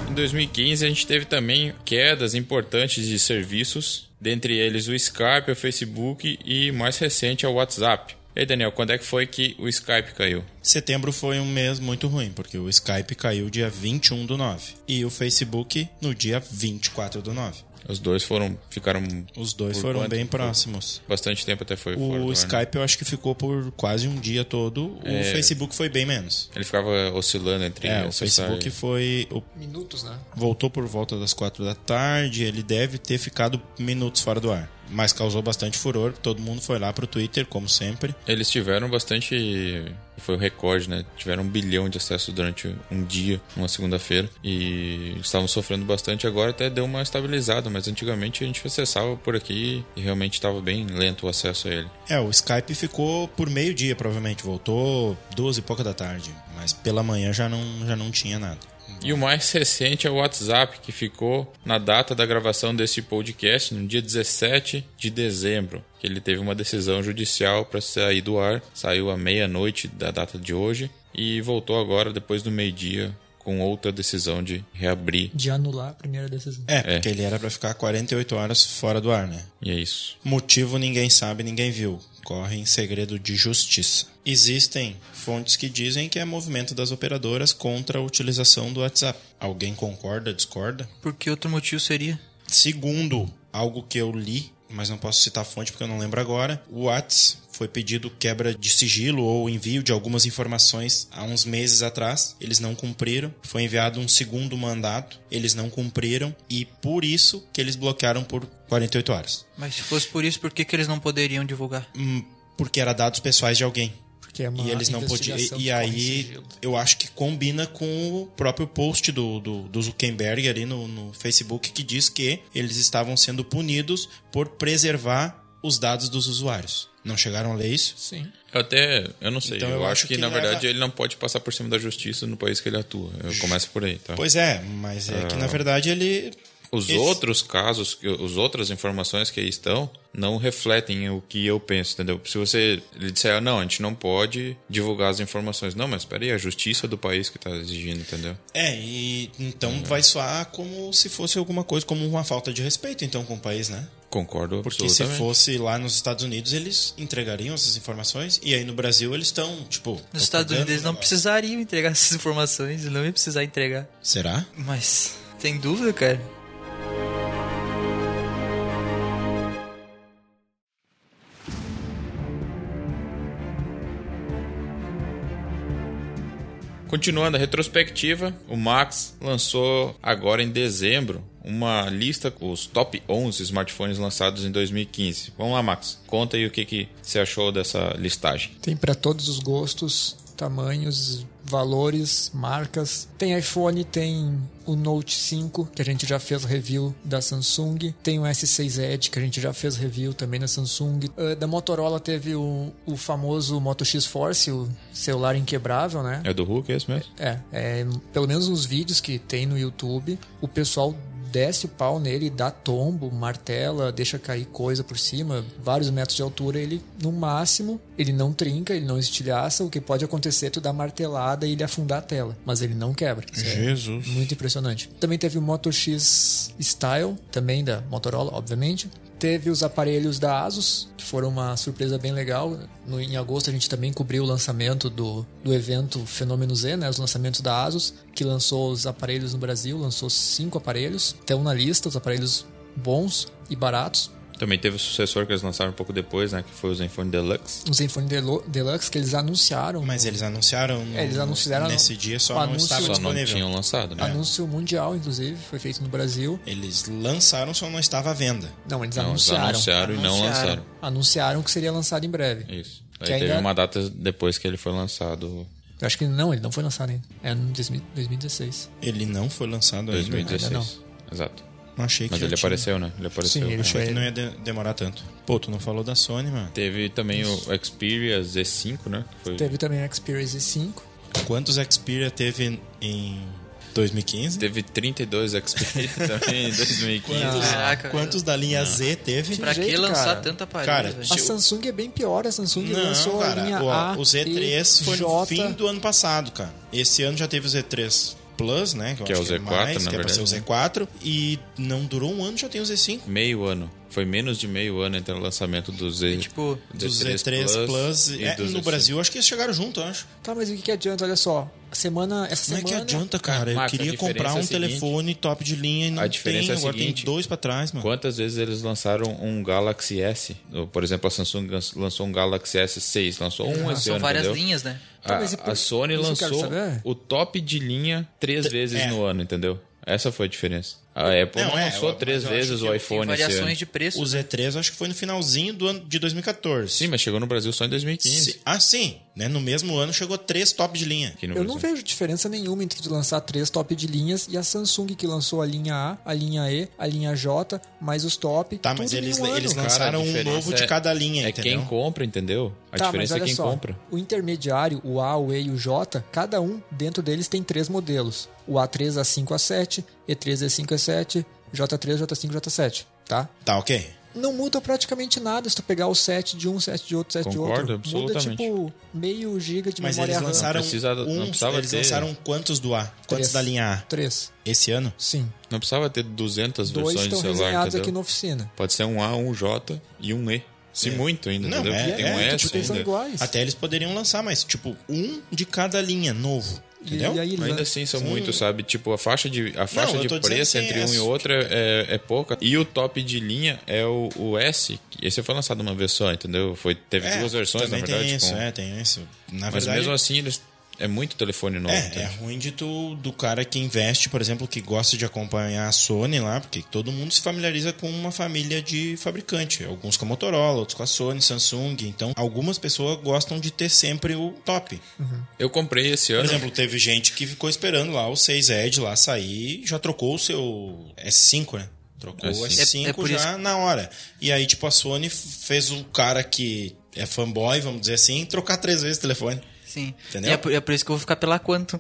Speaker 1: Em 2015 a gente teve também quedas importantes de serviços, dentre eles o Skype, o Facebook e mais recente é o WhatsApp. E aí, Daniel, quando é que foi que o Skype caiu?
Speaker 5: Setembro foi um mês muito ruim, porque o Skype caiu dia 21 do 9 e o Facebook no dia 24 do 9.
Speaker 1: Os dois foram ficaram
Speaker 5: Os dois
Speaker 1: Por
Speaker 5: foram
Speaker 1: quanto
Speaker 5: bem
Speaker 1: foi?
Speaker 5: próximos.
Speaker 1: bastante tempo até foi fora do ar,
Speaker 5: O
Speaker 1: né?
Speaker 5: Skype eu acho que ficou por quase um dia todo. O Facebook foi bem menos.
Speaker 1: Ele ficava oscilando entre
Speaker 5: É, o
Speaker 1: essa
Speaker 5: Facebook
Speaker 1: saia.
Speaker 5: foi. o-
Speaker 2: Minutos, né?
Speaker 5: voltou por volta das quatro da tarde. Ele deve ter ficado minutos fora do ar. Mas causou bastante furor. Todo mundo foi lá pro Twitter, como sempre.
Speaker 1: Eles tiveram bastante. Foi o recorde, né? Tiveram um bilhão de acessos durante um dia, uma segunda-feira. E estavam sofrendo bastante agora, até deu uma estabilizada. Mas antigamente a gente acessava por aqui e realmente estava bem lento o acesso a ele.
Speaker 5: É, o Skype ficou por meio-dia, provavelmente. Voltou duas e pouca da tarde. Mas pela manhã já não, já não tinha nada.
Speaker 1: E o mais recente é o WhatsApp, que ficou na data da gravação desse podcast, no dia 17 de dezembro, que ele teve uma decisão judicial para sair do ar. Saiu à meia-noite da data de hoje e voltou agora depois do meio-dia com outra decisão de reabrir.
Speaker 2: De anular a primeira decisão.
Speaker 5: É, porque ele era pra ficar 48 horas fora do ar, né?
Speaker 1: E é isso.
Speaker 5: Motivo ninguém sabe, ninguém viu. Corre em segredo de justiça. Existem fontes que dizem que é movimento das operadoras contra a utilização do WhatsApp. Alguém concorda, discorda?
Speaker 3: Por que outro motivo seria?
Speaker 5: Segundo, algo que eu li, mas não posso citar a fonte porque eu não lembro agora, o WhatsApp foi pedido quebra de sigilo ou envio de algumas informações há uns meses atrás. Eles não cumpriram. Foi enviado um segundo mandato. Eles não cumpriram. E por isso que eles bloquearam por 48 horas.
Speaker 3: Mas se fosse por isso, por que, que eles não poderiam divulgar?
Speaker 5: Hum, porque era dados pessoais de alguém.
Speaker 2: Porque é uma
Speaker 5: E eles não podiam.
Speaker 2: investigação
Speaker 5: E,
Speaker 2: que corre em
Speaker 5: aí,
Speaker 2: sigilo.
Speaker 5: eu acho que combina com o próprio post do, do, do Zuckerberg ali no, no Facebook, que diz que eles estavam sendo punidos por preservar os dados dos usuários. Não chegaram a ler isso?
Speaker 2: Sim.
Speaker 1: Eu até, eu não sei,
Speaker 5: Então,
Speaker 1: eu, acho que, é na
Speaker 5: ele
Speaker 1: verdade
Speaker 5: era-
Speaker 1: ele não pode passar por cima da justiça no país que ele atua. Eu começo por aí, tá?
Speaker 5: Pois é, mas é que na verdade ele.
Speaker 1: Os
Speaker 5: Esse-
Speaker 1: outros casos, que- os outras informações que aí estão, não refletem o que eu penso, entendeu? Se você ele disser, ah, não, a gente não pode divulgar as informações. Não, mas peraí, a justiça do país que tá exigindo, entendeu?
Speaker 5: É, e então vai soar como se fosse alguma coisa, como uma falta de respeito, então, com o país, né?
Speaker 1: Concordo
Speaker 5: Porque se
Speaker 1: absolutamente.
Speaker 5: fosse lá nos Estados Unidos, eles entregariam essas informações, e aí no Brasil eles estão, tipo.
Speaker 3: Nos Estados
Speaker 5: propagando
Speaker 3: Unidos eles
Speaker 5: o
Speaker 3: não
Speaker 5: negócio.
Speaker 3: precisariam entregar essas informações, eles não iam precisar entregar.
Speaker 5: Será?
Speaker 3: Mas tem dúvida, cara?
Speaker 1: Continuando a retrospectiva, o Max lançou agora em dezembro uma lista com os top 11 smartphones lançados em 2015. Vamos lá, Max, conta aí o que, que você achou dessa listagem.
Speaker 2: Tem pra todos os gostos, tamanhos, valores, marcas. Tem iPhone, tem o Note 5, que a gente já fez review da Samsung. Tem o S6 Edge, que a gente já fez review também da Samsung. Uh, da Motorola teve o, o famoso Moto X Force, o celular inquebrável, né?
Speaker 1: É do Hulk, é isso mesmo?
Speaker 2: É, é, pelo menos nos vídeos que tem no YouTube, o pessoal desce o pau nele, dá tombo, martela, deixa cair coisa por cima, vários metros de altura, ele no máximo, ele não trinca, ele não estilhaça, o que pode acontecer é tu dar martelada e ele afundar a tela, mas ele não quebra. Isso é
Speaker 1: Jesus.
Speaker 2: muito impressionante. Também teve o Moto X Style, também da Motorola, obviamente. Teve os aparelhos da Asus, que foram uma surpresa bem legal. No, em agosto a gente também cobriu o lançamento do, do evento Fenômeno Z, né? Os lançamentos da Asus, que lançou os aparelhos no Brasil, lançou cinco aparelhos. Estão na lista, os aparelhos bons e baratos.
Speaker 5: É.
Speaker 1: Também teve o sucessor que eles lançaram um pouco depois, né? Que foi o Zenfone Deluxe.
Speaker 2: O Zenfone Delu- Deluxe, que eles anunciaram.
Speaker 5: Mas eles anunciaram.
Speaker 2: É, eles anunciaram
Speaker 5: Nesse dia
Speaker 2: o
Speaker 5: só não
Speaker 2: anúncio-
Speaker 5: estava
Speaker 1: Só não
Speaker 5: disponível.
Speaker 1: tinham lançado, né?
Speaker 2: Anúncio mundial, inclusive, foi feito no Brasil.
Speaker 5: Eles lançaram, só não estava à venda.
Speaker 2: Não, eles
Speaker 1: Não, eles
Speaker 2: anunciaram.
Speaker 1: anunciaram e não
Speaker 3: Anunciaram.
Speaker 1: lançaram.
Speaker 2: Anunciaram que seria lançado em breve.
Speaker 1: Isso.
Speaker 2: Que
Speaker 1: Daí
Speaker 2: ainda-
Speaker 1: teve uma data depois que ele foi lançado,
Speaker 2: Eu acho que não, ele não foi lançado ainda. É no 2000 2016.
Speaker 5: Ele não foi lançado ainda.
Speaker 1: 2016.
Speaker 2: não.
Speaker 1: Exato.
Speaker 5: Não achei que
Speaker 1: Mas
Speaker 5: já
Speaker 1: ele
Speaker 5: tinha.
Speaker 1: apareceu, né? Ele apareceu.
Speaker 2: Sim, ele
Speaker 5: Achei que
Speaker 2: foi.
Speaker 5: não ia de- demorar tanto. Pô, tu não falou da Sony, mano.
Speaker 1: Teve também o Xperia Z5, né? Que foi-
Speaker 2: Teve também o Xperia Z5.
Speaker 5: Quantos Xperia teve em 2015?
Speaker 1: Teve 32 Xperia também em 2015.
Speaker 3: Caraca,
Speaker 5: Ah, Quantos da linha Z teve?
Speaker 3: Pra que
Speaker 2: jeito,
Speaker 3: lançar
Speaker 2: cara.
Speaker 3: tanto aparelho,
Speaker 5: Cara, tipo,
Speaker 3: velho?
Speaker 2: A
Speaker 5: Tio-
Speaker 2: Samsung é bem pior, a Samsung
Speaker 5: Não,
Speaker 2: lançou a
Speaker 5: cara.
Speaker 2: linha
Speaker 5: O,
Speaker 2: A,
Speaker 5: o Z3
Speaker 2: E,
Speaker 5: foi
Speaker 2: J.
Speaker 5: no fim do ano passado, cara. Esse ano já teve o Z3 Plus, né? eu
Speaker 1: Que é
Speaker 5: acho
Speaker 1: o Z4,
Speaker 5: mais,
Speaker 1: na
Speaker 5: que é pra ser o
Speaker 1: verdade, né?
Speaker 5: Z4. E não durou um ano, já tem o Z5.
Speaker 1: Meio ano. Foi menos de meio ano entre o lançamento do Z.
Speaker 3: Tipo,
Speaker 5: Do Z3 Plus.
Speaker 1: e
Speaker 5: é,
Speaker 1: do
Speaker 5: no
Speaker 1: Z5.
Speaker 5: Brasil, acho que eles chegaram junto, eu acho.
Speaker 2: Tá, mas o que, que adianta? Olha só, a semana, essa
Speaker 5: Não é
Speaker 2: semana...
Speaker 5: que adianta, cara. Eu
Speaker 1: Marcos, a
Speaker 5: queria
Speaker 1: diferença
Speaker 5: comprar
Speaker 1: é
Speaker 5: um
Speaker 1: a seguinte.
Speaker 5: telefone top de linha e não
Speaker 1: A diferença
Speaker 5: tem.
Speaker 1: é a
Speaker 5: Agora
Speaker 1: seguinte.
Speaker 5: tem dois pra trás, mano.
Speaker 1: Quantas vezes eles lançaram um Galaxy S? Por exemplo, a Samsung lançou um Galaxy S6, lançou um esse
Speaker 3: são
Speaker 1: ano,
Speaker 3: várias
Speaker 1: entendeu?
Speaker 3: linhas, né?
Speaker 1: Ah, A,
Speaker 2: Tá, mas e por-
Speaker 1: a Sony
Speaker 2: isso eu quero
Speaker 1: lançou
Speaker 2: saber.
Speaker 1: o top de linha três vezes
Speaker 5: é.
Speaker 1: no ano, entendeu? Essa foi a diferença. A Apple
Speaker 5: Não,
Speaker 1: não
Speaker 5: é,
Speaker 1: lançou
Speaker 5: eu-
Speaker 1: três
Speaker 5: mas eu
Speaker 1: vezes
Speaker 5: acho
Speaker 1: o
Speaker 5: que
Speaker 3: Tem
Speaker 1: iPhone esse ano.
Speaker 3: variações de preço.
Speaker 5: O Z3 acho que foi no finalzinho do ano de 2014.
Speaker 1: Sim, mas chegou no Brasil só em 2015.
Speaker 5: Se- Ah, sim. Né? No mesmo ano chegou três top de linha.
Speaker 1: aqui no
Speaker 2: Eu não
Speaker 1: Brasil.
Speaker 2: vejo diferença nenhuma entre tu lançar três top de linhas e a Samsung que lançou a linha A, a linha E, a linha J, mais os top.
Speaker 5: Tá, mas
Speaker 2: tudo em
Speaker 5: eles,
Speaker 2: um ano.
Speaker 5: eles
Speaker 1: Cara, a
Speaker 5: lançaram um
Speaker 1: diferença
Speaker 5: novo
Speaker 1: é-
Speaker 5: de cada linha,
Speaker 1: É
Speaker 5: entendeu?
Speaker 1: quem compra, entendeu? A
Speaker 2: Tá, mas
Speaker 1: diferença é
Speaker 2: olha
Speaker 1: quem
Speaker 2: só,
Speaker 1: compra.
Speaker 2: o intermediário, o A, o E e o J, cada um dentro deles tem três modelos. O A3, A5, A7, E3, E5, E7, J3, J5, J7, tá?
Speaker 5: Tá, ok.
Speaker 2: Não muda praticamente nada se tu pegar o 7 de um, 7 de outro, 7 de
Speaker 1: Concordo,
Speaker 2: outro. Muda
Speaker 1: absolutamente.
Speaker 2: tipo meio giga de
Speaker 5: Mas
Speaker 2: memória
Speaker 5: eles
Speaker 2: RAM.
Speaker 5: lançaram
Speaker 1: Não precisa- não
Speaker 5: um,
Speaker 1: precisava
Speaker 5: eles
Speaker 1: ter.
Speaker 5: lançaram quantos do A? Quantos
Speaker 2: Três.
Speaker 5: da linha
Speaker 2: Três.
Speaker 5: A esse ano?
Speaker 2: Sim.
Speaker 1: Não precisava ter 200
Speaker 2: Dois
Speaker 1: versões de
Speaker 2: estão
Speaker 1: celular,
Speaker 2: resenhados
Speaker 1: entendeu?
Speaker 2: aqui na oficina.
Speaker 1: Pode ser um A, um J e um E. Se muito ainda,
Speaker 5: Não,
Speaker 1: entendeu?
Speaker 5: é-
Speaker 1: Tem
Speaker 5: é,
Speaker 1: um
Speaker 5: tipo,
Speaker 1: S
Speaker 2: Tipo, eles são
Speaker 1: ainda.
Speaker 2: iguais.
Speaker 5: Até eles poderiam lançar, mas tipo, um de cada linha novo,
Speaker 2: E-
Speaker 5: entendeu?
Speaker 2: E aí,
Speaker 1: Ainda assim são muito, sabe? Tipo, a faixa de, a faixa
Speaker 5: eu
Speaker 1: de
Speaker 5: tô dizendo
Speaker 1: preço
Speaker 5: assim,
Speaker 1: entre um
Speaker 5: essa-
Speaker 1: e outro é, é, é pouca. E o top de linha é o, o S. que Esse foi lançado uma vez só, entendeu? Foi, teve
Speaker 5: É,
Speaker 1: duas versões, na
Speaker 5: também
Speaker 1: verdade.
Speaker 5: Tem isso,
Speaker 1: com-
Speaker 5: é, tem isso. Na
Speaker 1: Mas
Speaker 5: verdade,
Speaker 1: mesmo assim, eles... é muito telefone novo.
Speaker 5: É, é
Speaker 1: entende?
Speaker 5: ruim de tu, do cara que investe, por exemplo, que gosta de acompanhar a Sony lá, porque todo mundo se familiariza com uma família de fabricante. Alguns com a Motorola, outros com a Sony, Samsung. Então, algumas pessoas gostam de ter sempre o top.
Speaker 1: Eu comprei esse
Speaker 5: Por
Speaker 1: ano.
Speaker 5: exemplo, teve gente que ficou esperando lá o 6 Edge lá sair e já trocou o seu S5, né? Trocou o
Speaker 1: S5.
Speaker 5: S5
Speaker 3: É- é por
Speaker 5: já
Speaker 3: isso
Speaker 5: na hora. E aí, tipo, a Sony f- fez o cara que é fanboy, vamos dizer assim, trocar três vezes o telefone.
Speaker 3: Sim.
Speaker 5: Entendeu?
Speaker 3: E é por, é por isso que eu vou ficar pela quanto.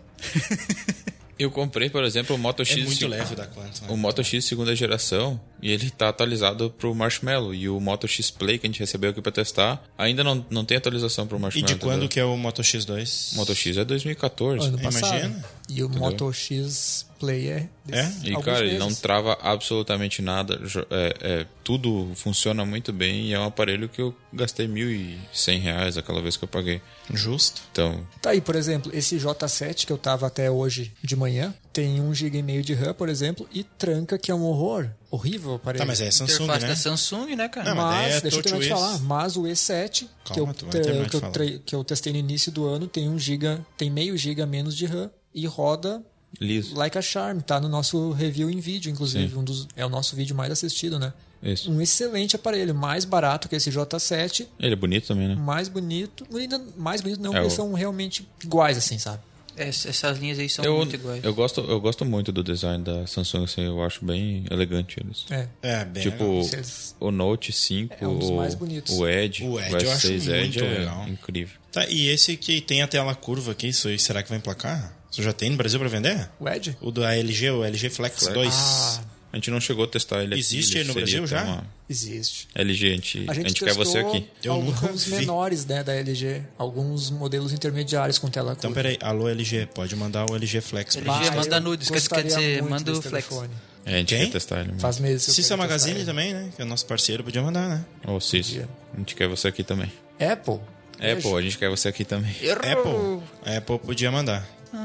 Speaker 1: Eu comprei, por exemplo, o Moto X.
Speaker 5: É muito
Speaker 1: se-
Speaker 5: leve da quanto, né?
Speaker 1: O Moto X segunda geração e ele tá atualizado pro Marshmallow. E o Moto X Play que a gente recebeu aqui pra testar ainda não, não tem atualização pro
Speaker 5: E
Speaker 1: Marshmallow.
Speaker 5: de quando
Speaker 1: entendeu?
Speaker 5: que é o Moto X2?
Speaker 1: O né? Moto X é 2014.
Speaker 2: ano passado.
Speaker 5: Imagina.
Speaker 2: E o Moto X Play é... desses
Speaker 1: E
Speaker 2: alguns
Speaker 1: cara, ele não
Speaker 2: meses.
Speaker 1: trava absolutamente nada. jo- É, é, tudo funciona muito bem e é um aparelho que eu gastei mil e cem reais aquela vez que eu paguei.
Speaker 5: Justo.
Speaker 1: Então,
Speaker 2: Tá aí, por exemplo, esse J7 que eu tava até hoje de manhã, tem 1 GB e meio de RAM, por exemplo, e tranca que é um horror. Horrível, parece.
Speaker 5: Tá, mas é Samsung,
Speaker 3: Interface
Speaker 5: né?
Speaker 3: da Samsung, né, cara?
Speaker 5: Não, mas- daí
Speaker 2: Mas,
Speaker 5: é
Speaker 2: deixa eu
Speaker 5: touch
Speaker 2: terminar de
Speaker 5: whiz.
Speaker 2: falar, mas o E7, que,
Speaker 5: Calma,
Speaker 2: eu,
Speaker 5: tu vai terminar de
Speaker 2: que, eu
Speaker 5: falar.
Speaker 2: tre- que eu testei no início do ano, tem 1 GB, tem meio GB a menos de RAM e roda
Speaker 1: liso.
Speaker 2: like a charm, tá no nosso review em vídeo, inclusive, um dos, é o nosso vídeo mais assistido, né?
Speaker 1: Isso.
Speaker 2: Um excelente aparelho, mais barato que esse J7, Hum,
Speaker 1: Ele é bonito também, né?
Speaker 2: mais bonito, ainda mais bonito não,
Speaker 1: É
Speaker 2: porque
Speaker 1: o-
Speaker 2: são realmente iguais assim, sabe?
Speaker 3: es- É, essas linhas aí são
Speaker 1: eu,
Speaker 3: muito iguais.
Speaker 1: eu gosto, eu gosto muito do design da Samsung, assim, eu acho bem elegante eles.
Speaker 2: É,
Speaker 5: É, bem
Speaker 1: Tipo,
Speaker 2: Vocês-
Speaker 1: o Note 5,
Speaker 2: É um dos
Speaker 1: o,
Speaker 2: mais bonitos.
Speaker 1: o Edge,
Speaker 5: O
Speaker 1: o,
Speaker 5: Edge eu acho
Speaker 1: S6 Edge
Speaker 5: muito
Speaker 1: é
Speaker 5: legal.
Speaker 1: incrível.
Speaker 5: Tá, e esse que tem a tela curva aqui, isso aí, será que vai emplacar? Isso já tem no Brasil pra vender?
Speaker 2: o Ed?
Speaker 5: O da LG, o LG Flex, 2.
Speaker 2: Ah,
Speaker 1: A gente não chegou a testar ele aqui.
Speaker 5: Existe ele no
Speaker 1: seria
Speaker 5: Brasil
Speaker 1: até
Speaker 5: já?
Speaker 2: existe.
Speaker 1: LG, a gente, a gente, quer
Speaker 2: testou
Speaker 1: você aqui.
Speaker 5: Eu
Speaker 2: alguns
Speaker 5: nunca vi.
Speaker 2: menores né, da LG, alguns modelos intermediários com tela
Speaker 5: Então,
Speaker 2: curva.
Speaker 5: peraí. Alô, LG, pode mandar o LG Flex pra
Speaker 3: LG,
Speaker 5: gente.
Speaker 2: eu
Speaker 3: manda nudes, quer- quer dizer,
Speaker 2: gostaria muito
Speaker 3: manda o
Speaker 2: desse
Speaker 3: flex.
Speaker 2: telefone.
Speaker 1: É, a gente
Speaker 5: Quem?
Speaker 1: quer testar ele.
Speaker 2: Faz meses. que eu
Speaker 1: é
Speaker 5: Cissa
Speaker 2: quero testar
Speaker 5: Magazine
Speaker 2: ele.
Speaker 5: também, né? Que é nosso parceiro, podia mandar, né?
Speaker 1: Ô, Cis, a gente quer você aqui também.
Speaker 2: Apple.
Speaker 1: É,
Speaker 2: Veja.
Speaker 1: pô, a gente quer você aqui também.
Speaker 5: Apple. A Apple podia mandar.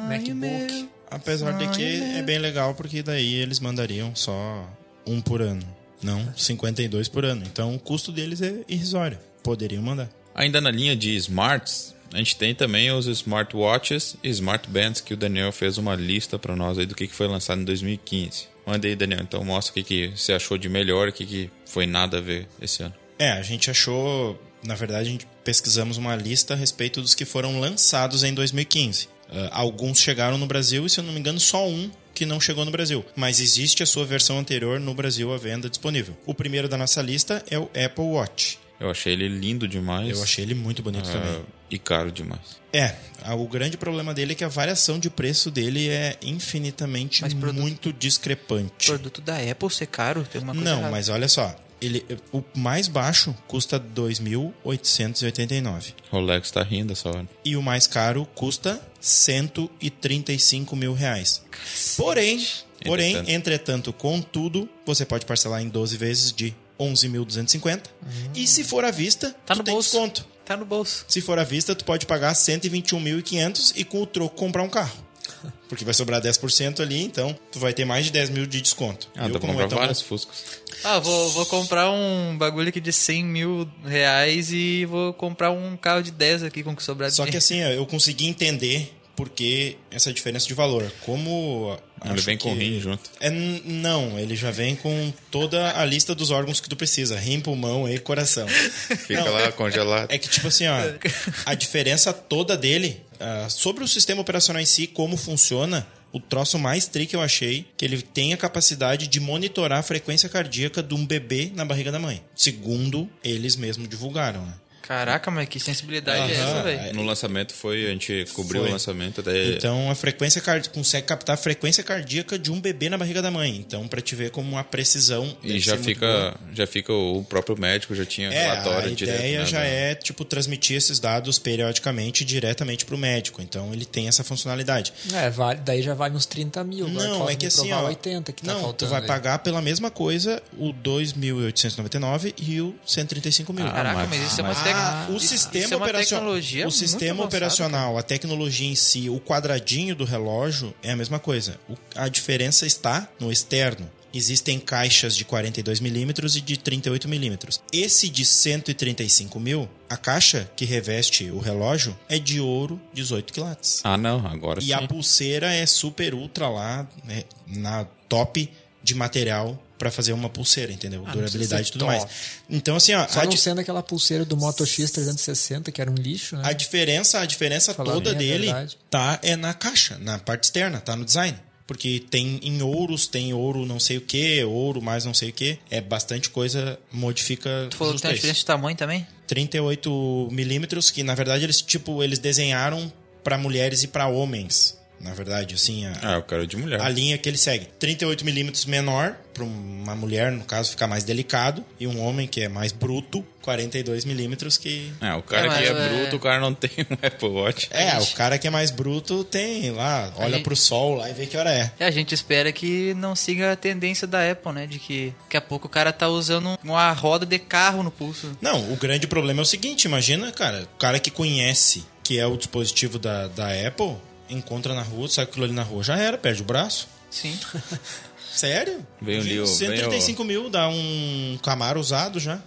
Speaker 2: MacBook.
Speaker 5: Apesar de que é bem legal, porque daí eles mandariam só um por ano. Não 52 por ano. Então o custo deles é irrisório. Poderiam mandar.
Speaker 1: Ainda na linha de smarts, a gente tem também os smartwatches e smartbands que o Daniel fez uma lista pra nós aí do que que foi lançado em 2015. Manda aí, Daniel, então mostra o que, que você achou de melhor, o que, que foi nada a ver esse ano.
Speaker 5: É, a gente achou, na verdade, a gente pesquisamos uma lista a respeito dos que foram lançados em 2015. Ah, alguns chegaram no Brasil e, se eu não me engano, só um que não chegou no Brasil. Mas existe a sua versão anterior no Brasil à venda disponível. O primeiro da nossa lista é o Apple Watch.
Speaker 1: Eu achei ele lindo demais.
Speaker 5: Eu achei ele muito bonito também.
Speaker 1: ah, e caro demais.
Speaker 5: É, ah, o grande problema dele é que a variação de preço dele é infinitamente
Speaker 3: Mas produto-
Speaker 5: muito discrepante.
Speaker 3: Produto da Apple ser caro, tem alguma coisa
Speaker 5: Não,
Speaker 3: errada.
Speaker 5: mas olha só. Ele, o mais baixo custa 2.889.
Speaker 1: Rolex tá rindo essa hora.
Speaker 5: e o mais caro custa 135 mil reais. Porém, porém,
Speaker 1: Entretanto.
Speaker 5: entretanto, contudo, você pode parcelar em 12 vezes de 11.250
Speaker 1: Hum.
Speaker 5: e se for à vista,
Speaker 3: Tá
Speaker 5: tu
Speaker 3: no
Speaker 5: tem
Speaker 3: bolso.
Speaker 5: desconto.
Speaker 3: Tá no bolso.
Speaker 5: Se for à vista, tu pode pagar 121.500 e com o troco comprar um carro. Porque vai sobrar 10% ali, então tu vai ter mais de 10 mil de desconto.
Speaker 1: Ah,
Speaker 5: Viu
Speaker 1: dá pra
Speaker 5: como
Speaker 1: comprar
Speaker 5: é tão bom?
Speaker 1: vários Fuscos.
Speaker 3: Ah, vou, vou comprar um bagulho aqui de 100 mil reais e vou comprar um carro de 10 aqui com o que sobrar de
Speaker 5: Só
Speaker 3: dinheiro.
Speaker 5: que assim, ó, eu consegui entender por que essa diferença de valor. Como.
Speaker 1: Ele
Speaker 5: acho
Speaker 1: vem com o
Speaker 5: que-
Speaker 1: rim junto.
Speaker 5: É, n- não, ele já vem com toda a lista dos órgãos que tu precisa: rim, pulmão e coração.
Speaker 1: Fica lá congelado.
Speaker 5: É que, tipo assim, ó, a diferença toda dele ah, sobre o sistema operacional em si, como funciona. O troço mais tri que eu achei, que ele tem a capacidade de monitorar a frequência cardíaca de um bebê na barriga da mãe. Segundo eles mesmos divulgaram, né?
Speaker 3: Caraca, mas que sensibilidade é
Speaker 5: Aham,
Speaker 3: essa, velho?
Speaker 1: No lançamento foi, a gente cobriu
Speaker 5: Foi.
Speaker 1: o lançamento até.
Speaker 5: Então a frequência card... consegue captar a frequência cardíaca de um bebê na barriga da mãe. Então, pra te ver como a precisão.
Speaker 1: e
Speaker 5: deve
Speaker 1: já
Speaker 5: ser muito
Speaker 1: fica, já fica o próprio médico, já tinha
Speaker 5: É, a
Speaker 1: relatório
Speaker 5: ideia
Speaker 1: direto. né,
Speaker 5: já
Speaker 1: da-
Speaker 5: é tipo transmitir esses dados periodicamente diretamente para o médico. Então ele tem essa funcionalidade.
Speaker 2: É, vale, daí já vale uns 30 mil. agora tu
Speaker 5: não,
Speaker 2: fala
Speaker 5: é que
Speaker 2: me
Speaker 5: assim,
Speaker 2: provar
Speaker 5: ó,
Speaker 2: 80 que tá
Speaker 5: não, tu
Speaker 2: faltando
Speaker 5: vai
Speaker 2: aí.
Speaker 5: pagar pela mesma coisa o 2.899 e o 135 mil.
Speaker 3: Caraca, mas isso é uma,
Speaker 1: mas-
Speaker 3: tec-
Speaker 5: Ah, o
Speaker 3: isso-
Speaker 5: sistema
Speaker 3: isso é uma
Speaker 5: operacion-
Speaker 3: tecnologia
Speaker 5: o
Speaker 3: muito
Speaker 5: sistema
Speaker 3: avançada,
Speaker 5: operacional, a tecnologia em si, o quadradinho do relógio é a mesma coisa. O- a diferença está no externo. Existem caixas de 42 milímetros e de 38 milímetros. Esse de 135 mil, a caixa que reveste o relógio é de ouro 18 quilates.
Speaker 1: Ah, não, agora
Speaker 5: E
Speaker 1: sim.
Speaker 5: a pulseira é super ultra lá, né, na top de material para fazer uma pulseira, entendeu? Durabilidade e tudo
Speaker 2: top.
Speaker 5: mais. Então, assim, ó,
Speaker 2: Só
Speaker 5: a
Speaker 2: não
Speaker 5: di-
Speaker 2: sendo aquela pulseira do Moto X 360, que era um lixo, né?
Speaker 5: a diferença, a diferença
Speaker 2: Falar bem
Speaker 5: toda
Speaker 2: a
Speaker 5: dele
Speaker 2: verdade.
Speaker 5: tá é na caixa, na parte externa, tá no design. Porque tem em ouros, tem ouro não sei o que, ouro mais não sei o que. É bastante coisa, modifica
Speaker 3: Tu falou que
Speaker 5: os
Speaker 3: tem uma
Speaker 5: três.
Speaker 3: diferença de tamanho também?
Speaker 5: 38 milímetros, que na verdade eles, tipo, eles desenharam para mulheres e para homens. Na verdade, assim, a,
Speaker 1: Ah, eu quero de mulher.
Speaker 5: a linha que ele segue. 38 milímetros menor, para uma mulher, no caso, ficar mais delicado. E um homem que é mais bruto, 42 milímetros que...
Speaker 1: Ah, o cara
Speaker 3: É, mas
Speaker 1: que é,
Speaker 3: é-
Speaker 1: bruto, o cara não tem um Apple Watch.
Speaker 5: É, o cara que é mais bruto tem lá, olha
Speaker 3: gente-
Speaker 5: pro sol lá e vê que hora é.
Speaker 3: É, a gente espera que não siga a tendência da Apple, né? De que daqui a pouco o cara tá usando uma roda de carro no pulso.
Speaker 5: Não, o grande problema é o seguinte, imagina, cara, o cara que conhece que é o dispositivo da, da Apple, encontra na rua, sai com aquilo ali na rua, já era, perde o braço.
Speaker 3: Sim.
Speaker 5: Sério?
Speaker 1: Veio ali o-
Speaker 5: 135 mil dá um Camaro usado já.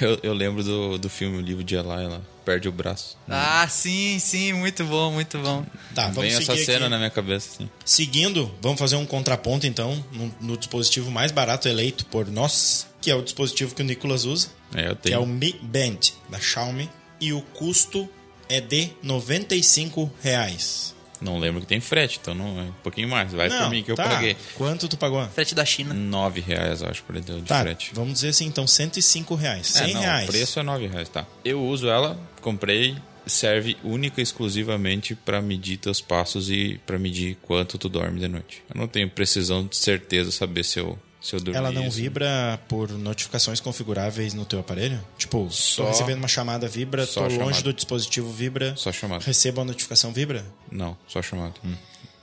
Speaker 1: Eu, eu lembro do, do filme, o livro de Eli lá. Perde o braço.
Speaker 3: Ah, sim, sim, muito bom, muito bom.
Speaker 5: Tá, vamos
Speaker 1: Vem essa
Speaker 5: seguir
Speaker 1: cena
Speaker 5: aqui.
Speaker 1: na minha cabeça, assim.
Speaker 5: Seguindo, vamos fazer um contraponto então no, no dispositivo mais barato eleito por nós, que é o dispositivo que o Nicolas usa,
Speaker 1: É, eu
Speaker 5: que é o
Speaker 1: tenho.
Speaker 5: Mi Band da Xiaomi, e o custo é de 95 reais.
Speaker 1: Não lembro que tem frete, então não, é um pouquinho mais. Vai
Speaker 5: Não,
Speaker 1: por mim que eu
Speaker 5: tá.
Speaker 1: paguei.
Speaker 5: Quanto tu pagou?
Speaker 3: Frete da China.
Speaker 1: 9 reais, eu acho, por dentro de
Speaker 5: Tá,
Speaker 1: frete.
Speaker 5: vamos dizer assim, então 105 reais. 100
Speaker 1: é, não,
Speaker 5: reais.
Speaker 1: O preço é 9 reais, tá. Eu uso ela, comprei, serve única e exclusivamente pra medir teus passos e pra medir quanto tu dorme de noite. Eu não tenho precisão de certeza saber se eu, se eu dormi.
Speaker 5: Ela não
Speaker 1: isso.
Speaker 5: vibra por notificações configuráveis no teu aparelho? Tipo,
Speaker 1: Só-
Speaker 5: tô recebendo uma chamada vibra,
Speaker 1: só
Speaker 5: tô
Speaker 1: chamada.
Speaker 5: longe do dispositivo vibra,
Speaker 1: Só chamada.
Speaker 5: recebo a notificação vibra?
Speaker 1: Não, só chamada. Hum.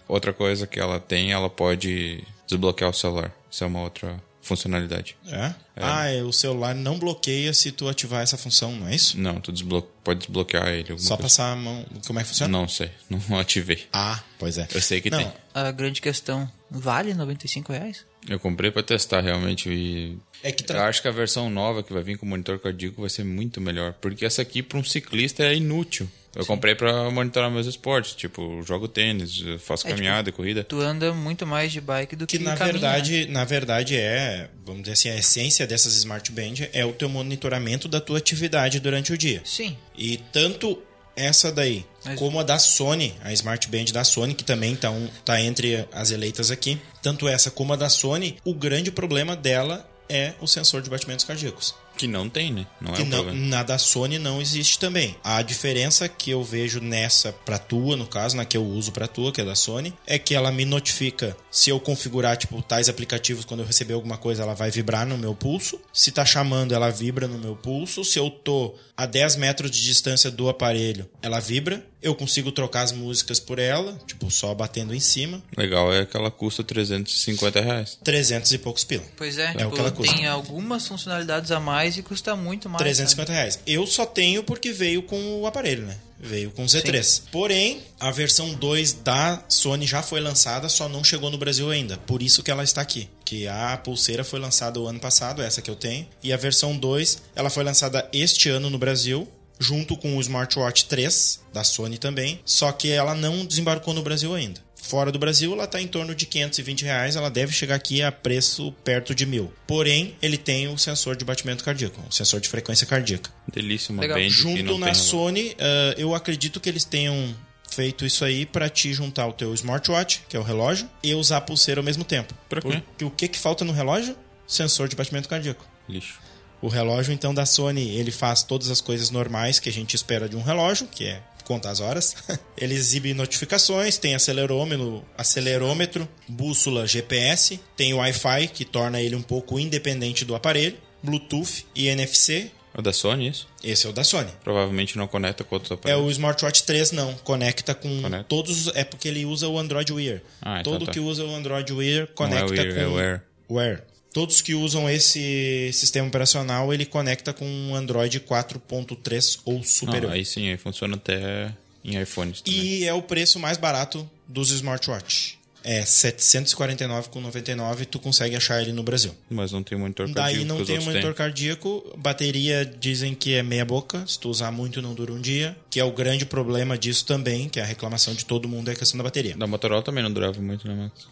Speaker 1: Outra coisa que ela tem, ela pode desbloquear o celular. Isso é uma outra funcionalidade.
Speaker 5: É? Ah, é, o celular não bloqueia se tu ativar essa função, não é isso?
Speaker 1: Não, tu desblo- pode desbloquear ele. alguma
Speaker 5: Só
Speaker 1: coisa.
Speaker 5: passar a mão. Como é que funciona?
Speaker 1: Não sei, não ativei.
Speaker 5: Ah, pois é.
Speaker 1: Eu sei que
Speaker 5: não,
Speaker 1: tem.
Speaker 3: A grande questão, vale 95 reais?
Speaker 1: Eu comprei pra testar realmente e
Speaker 5: É que
Speaker 1: eu
Speaker 5: tra...
Speaker 1: acho que a versão nova que vai vir com monitor cardíaco vai ser muito melhor, porque essa aqui pra um ciclista é inútil. Eu comprei pra monitorar meus esportes, tipo, jogo tênis, eu faço
Speaker 5: É, tipo,
Speaker 1: caminhada, corrida.
Speaker 3: Tu anda muito mais de bike do que,
Speaker 5: que na
Speaker 3: caminha, né?
Speaker 5: verdade, na verdade é, vamos dizer assim, a essência dessas smart band é o teu monitoramento da tua atividade durante o dia.
Speaker 3: Sim.
Speaker 5: E tanto essa daí,
Speaker 3: Mas-
Speaker 5: como a da Sony, a Smart Band da Sony, que também tá, um- tá entre as eleitas aqui, tanto essa como a da Sony, o grande problema dela é o sensor de batimentos cardíacos.
Speaker 1: Que não tem, né? Não é
Speaker 5: que
Speaker 1: um
Speaker 5: não,
Speaker 1: problema.
Speaker 5: na da Sony não existe também. A diferença que eu vejo nessa pra tua, no caso, na que eu uso pra tua, que é da Sony, é que ela me notifica se eu configurar, tipo, tais aplicativos, quando eu receber alguma coisa, ela vai vibrar no meu pulso. Se tá chamando, ela vibra no meu pulso. Se eu tô a 10 metros de distância do aparelho, ela vibra. Eu consigo trocar as músicas por ela, tipo, só batendo em cima.
Speaker 1: Legal é que ela custa 350 reais.
Speaker 5: 300 e poucos pila.
Speaker 3: Pois é,
Speaker 5: o
Speaker 3: tipo,
Speaker 5: que ela custa.
Speaker 3: tem algumas funcionalidades a mais e custa muito mais.
Speaker 5: 350 reais. Eu só tenho porque veio com o aparelho, né? Veio com o Z3. Porém, a versão 2 da Sony já foi lançada, só não chegou no Brasil ainda. Por isso que ela está aqui. Que a pulseira foi lançada o ano passado, essa que eu tenho. E a versão 2, ela foi lançada este ano no Brasil. Junto com o Smartwatch 3 da Sony também. Só que ela não desembarcou no Brasil ainda. Fora do Brasil, ela está em torno de 520 reais. Ela deve chegar aqui a preço perto de mil. Porém, ele tem o sensor de batimento cardíaco, o sensor de frequência cardíaca.
Speaker 1: Delícia, uma
Speaker 3: Legal.
Speaker 1: band que
Speaker 5: Junto
Speaker 1: não
Speaker 5: na
Speaker 1: tem...
Speaker 5: Sony, eh, eu acredito que eles tenham feito isso aí para te juntar o teu smartwatch, que é o relógio, e usar a pulseira ao mesmo tempo.
Speaker 1: Pra quê?
Speaker 5: Porque o que, que falta no relógio? Sensor de batimento cardíaco.
Speaker 1: Lixo.
Speaker 5: O relógio, então, da Sony, ele faz todas as coisas normais que a gente espera de um relógio, que é contar as horas. ele exibe notificações, tem acelerômetro, acelerômetro, bússola GPS, tem Wi-Fi, que torna ele um pouco independente do aparelho, Bluetooth e NFC.
Speaker 1: É da Sony isso?
Speaker 5: Esse é o da Sony.
Speaker 1: Provavelmente não conecta com outros
Speaker 5: É
Speaker 1: aparelhos.
Speaker 5: o Smartwatch 3 não, conecta com
Speaker 1: Conecta.
Speaker 5: todos, os- é porque ele usa o Android Wear.
Speaker 1: Ah, então
Speaker 5: Todo
Speaker 1: tá.
Speaker 5: que usa o Android Wear
Speaker 1: Não é
Speaker 5: conecta
Speaker 1: Wear, é
Speaker 5: com
Speaker 1: Wear.
Speaker 5: Wear. Todos que usam esse sistema operacional, ele conecta com o Android 4.3 ou superior.
Speaker 1: Não, Ah, aí né? sim, aí funciona até em iPhones também.
Speaker 5: E é o preço mais barato dos smartwatch. É R$ 749,99 tu consegue achar ele no Brasil.
Speaker 1: Mas não tem monitor
Speaker 5: Daí
Speaker 1: cardíaco que
Speaker 5: não
Speaker 1: os
Speaker 5: tem
Speaker 1: outros
Speaker 5: monitor
Speaker 1: têm.
Speaker 5: cardíaco, bateria dizem que é meia boca, se tu usar muito não dura um dia, que é o grande problema disso também, que é a reclamação de todo mundo é a questão da bateria.
Speaker 1: Da Motorola também não durava muito, né, Max?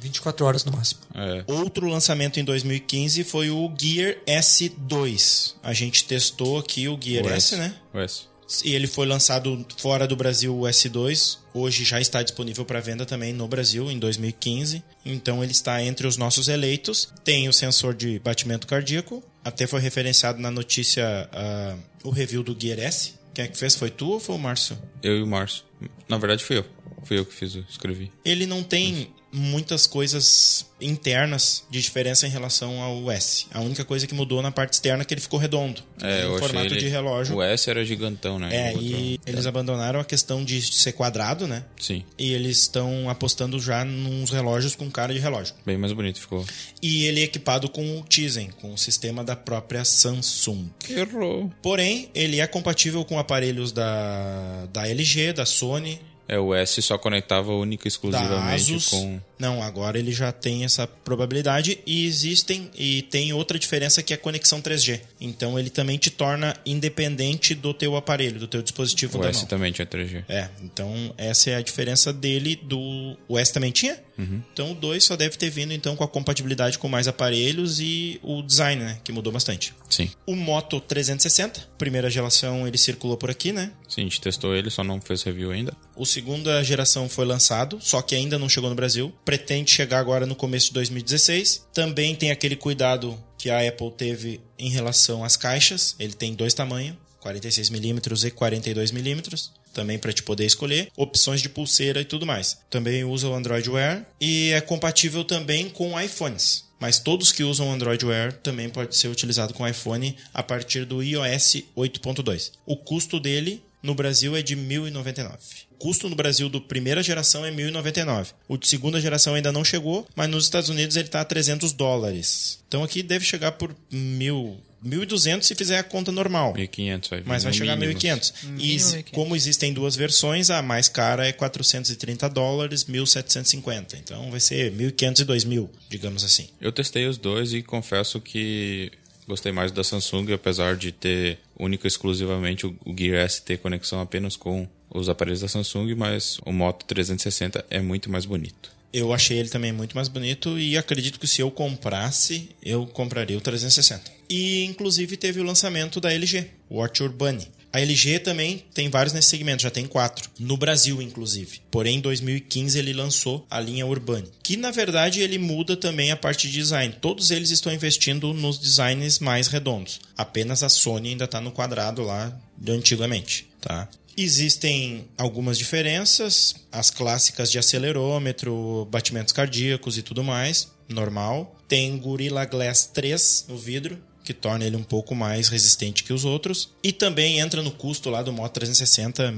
Speaker 2: 24 horas no máximo.
Speaker 1: É.
Speaker 5: Outro lançamento em 2015 foi o Gear S2. A gente testou aqui o Gear
Speaker 1: O
Speaker 5: S, né?
Speaker 1: O S.
Speaker 5: E ele foi lançado fora do Brasil, o S2. Hoje já está disponível para venda também no Brasil, em 2015. Então ele está entre os nossos eleitos. Tem o sensor de batimento cardíaco. Até foi referenciado na notícia ah, o review do Gear S. Quem é que fez? Foi tu ou foi o Márcio?
Speaker 1: Eu e o Márcio. Na verdade, fui eu. Fui eu que fiz, o- escrevi.
Speaker 5: Ele não tem muitas coisas internas de diferença em relação ao S. A única coisa que mudou na parte externa é que ele ficou redondo.
Speaker 1: É,
Speaker 5: em
Speaker 1: eu achei
Speaker 5: formato
Speaker 1: ele-
Speaker 5: de relógio.
Speaker 1: O S era gigantão, né?
Speaker 5: É,
Speaker 1: O outro-
Speaker 5: e eles abandonaram a questão de ser quadrado, né?
Speaker 1: Sim,
Speaker 5: E eles estão apostando já nos relógios com cara de relógio.
Speaker 1: bem mais bonito ficou.
Speaker 5: E ele é equipado com o Tizen, com o sistema da própria Samsung.
Speaker 1: Errou.
Speaker 5: Porém, ele é compatível com aparelhos da, da LG, da Sony,
Speaker 1: É, o S só conectava única e
Speaker 5: da
Speaker 1: exclusivamente
Speaker 5: Asus.
Speaker 1: com...
Speaker 5: Não, agora ele já tem essa probabilidade e existem e tem outra diferença que é a conexão 3G. Então ele também te torna independente do teu aparelho, do teu dispositivo
Speaker 1: O
Speaker 5: da
Speaker 1: S
Speaker 5: mão.
Speaker 1: também tinha 3G.
Speaker 5: É, então essa é a diferença dele do. O S também tinha?
Speaker 1: Uhum.
Speaker 5: Então o 2 só deve ter vindo então com a compatibilidade com mais aparelhos e o design, né? Que mudou bastante.
Speaker 1: Sim.
Speaker 5: O Moto 360, primeira geração, ele circulou por aqui, né?
Speaker 1: Sim, a gente testou ele, só não fez review ainda.
Speaker 5: O segunda geração foi lançado, só que ainda não chegou no Brasil. Pretende chegar agora no começo de 2016. Também tem aquele cuidado que a Apple teve em relação às caixas. Ele tem dois tamanhos, 46mm e 42mm. Também para te poder escolher opções de pulseira e tudo mais. Também usa o Android Wear e é compatível também com iPhones. Mas todos que usam Android Wear também pode ser utilizado com iPhone a partir do iOS 8.2. O custo dele no Brasil é de 1.099. O custo no Brasil do primeira geração é 1.099. O de segunda geração ainda não chegou, mas nos Estados Unidos ele está a 300 dólares. Então aqui deve chegar por 1.000, 1.200 se fizer a conta normal.
Speaker 1: 1.500 vai vir
Speaker 5: Mas vai
Speaker 1: no
Speaker 5: chegar a
Speaker 1: mínimo.
Speaker 5: 1.500. E
Speaker 3: Mínimo
Speaker 5: exi-
Speaker 3: 1.500.
Speaker 5: como existem duas versões, a mais cara é 430 dólares, 1.750. Então vai ser 1.500 e 2.000, digamos assim.
Speaker 1: Eu testei os dois e confesso que gostei mais da Samsung, apesar de ter única e exclusivamente o o Gear S ter conexão apenas com os aparelhos da Samsung, mas o Moto 360 é muito mais bonito.
Speaker 5: Eu achei ele também muito mais bonito e acredito que se eu comprasse, eu compraria o 360. E inclusive teve o lançamento da LG, o Watch Urbani. A LG também tem vários nesse segmento, já tem quatro. No Brasil, inclusive. Porém, em 2015 ele lançou a linha Urbani. Que na verdade ele muda também a parte de design. Todos eles estão investindo nos designs mais redondos. Apenas a Sony ainda está no quadrado lá de antigamente. Tá? Existem algumas diferenças, as clássicas de acelerômetro, batimentos cardíacos e tudo mais, normal. Tem Gorilla Glass 3 no vidro, que torna ele um pouco mais resistente que os outros. E também entra no custo lá do Moto 360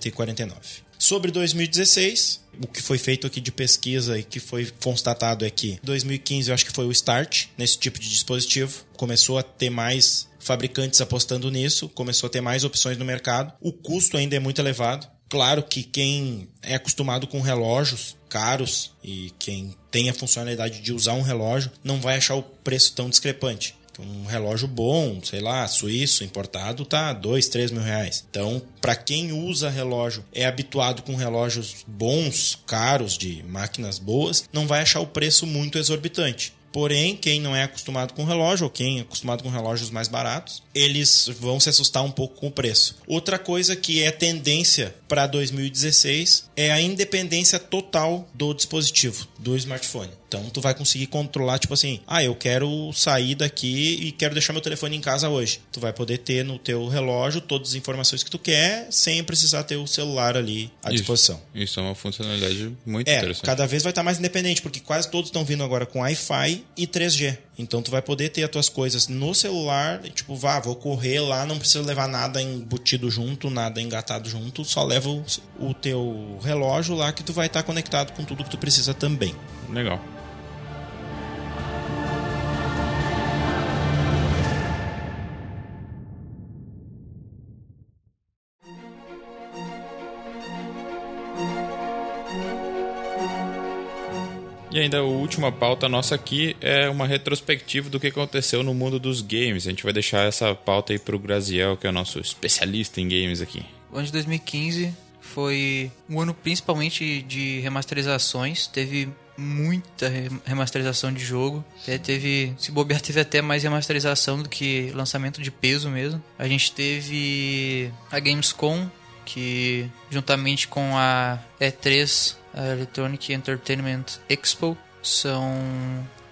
Speaker 5: 1149. Sobre 2016, o que foi feito aqui de pesquisa e que foi constatado é que 2015 eu acho que foi o start nesse tipo de dispositivo. Começou a ter mais fabricantes apostando nisso, começou a ter mais opções no mercado. O custo ainda é muito elevado. Claro que quem é acostumado com relógios caros e quem tem a funcionalidade de usar um relógio não vai achar o preço tão discrepante. Um relógio bom, sei lá, suíço, importado, tá dois, três mil reais. Então, para quem usa relógio, é habituado com relógios bons, caros, de máquinas boas, não vai achar o preço muito exorbitante. Porém, quem não é acostumado com relógio, ou quem é acostumado com relógios mais baratos, eles vão se assustar um pouco com o preço. Outra coisa que é tendência para 2016 é a independência total do dispositivo, do smartphone. Então tu vai conseguir controlar, tipo assim, ah, eu quero sair daqui e quero deixar meu telefone em casa hoje. Tu vai poder ter no teu relógio todas as informações que tu quer, sem precisar ter o celular ali à
Speaker 1: Isso.
Speaker 5: disposição.
Speaker 1: Isso é uma funcionalidade muito
Speaker 5: É,
Speaker 1: interessante.
Speaker 5: cada vez vai estar mais independente, porque quase todos estão vindo agora com Wi-Fi e 3G. Então tu vai poder ter as tuas coisas no celular, e, tipo, vá, vou correr lá, não preciso levar nada embutido junto, nada engatado junto, só leva o, o teu relógio lá que tu vai estar conectado com tudo que tu precisa também.
Speaker 1: Legal. E ainda a última pauta nossa aqui é uma retrospectiva do que aconteceu no mundo dos games. A gente vai deixar essa pauta aí pro Graziel, que é o nosso especialista em games aqui.
Speaker 3: O ano de 2015 foi um ano principalmente de remasterizações. Teve muita re- remasterização de jogo. Até teve, se bobear, teve até mais remasterização do que lançamento de peso mesmo. A gente teve a Gamescom, que juntamente com a E3, a Electronic Entertainment Expo, são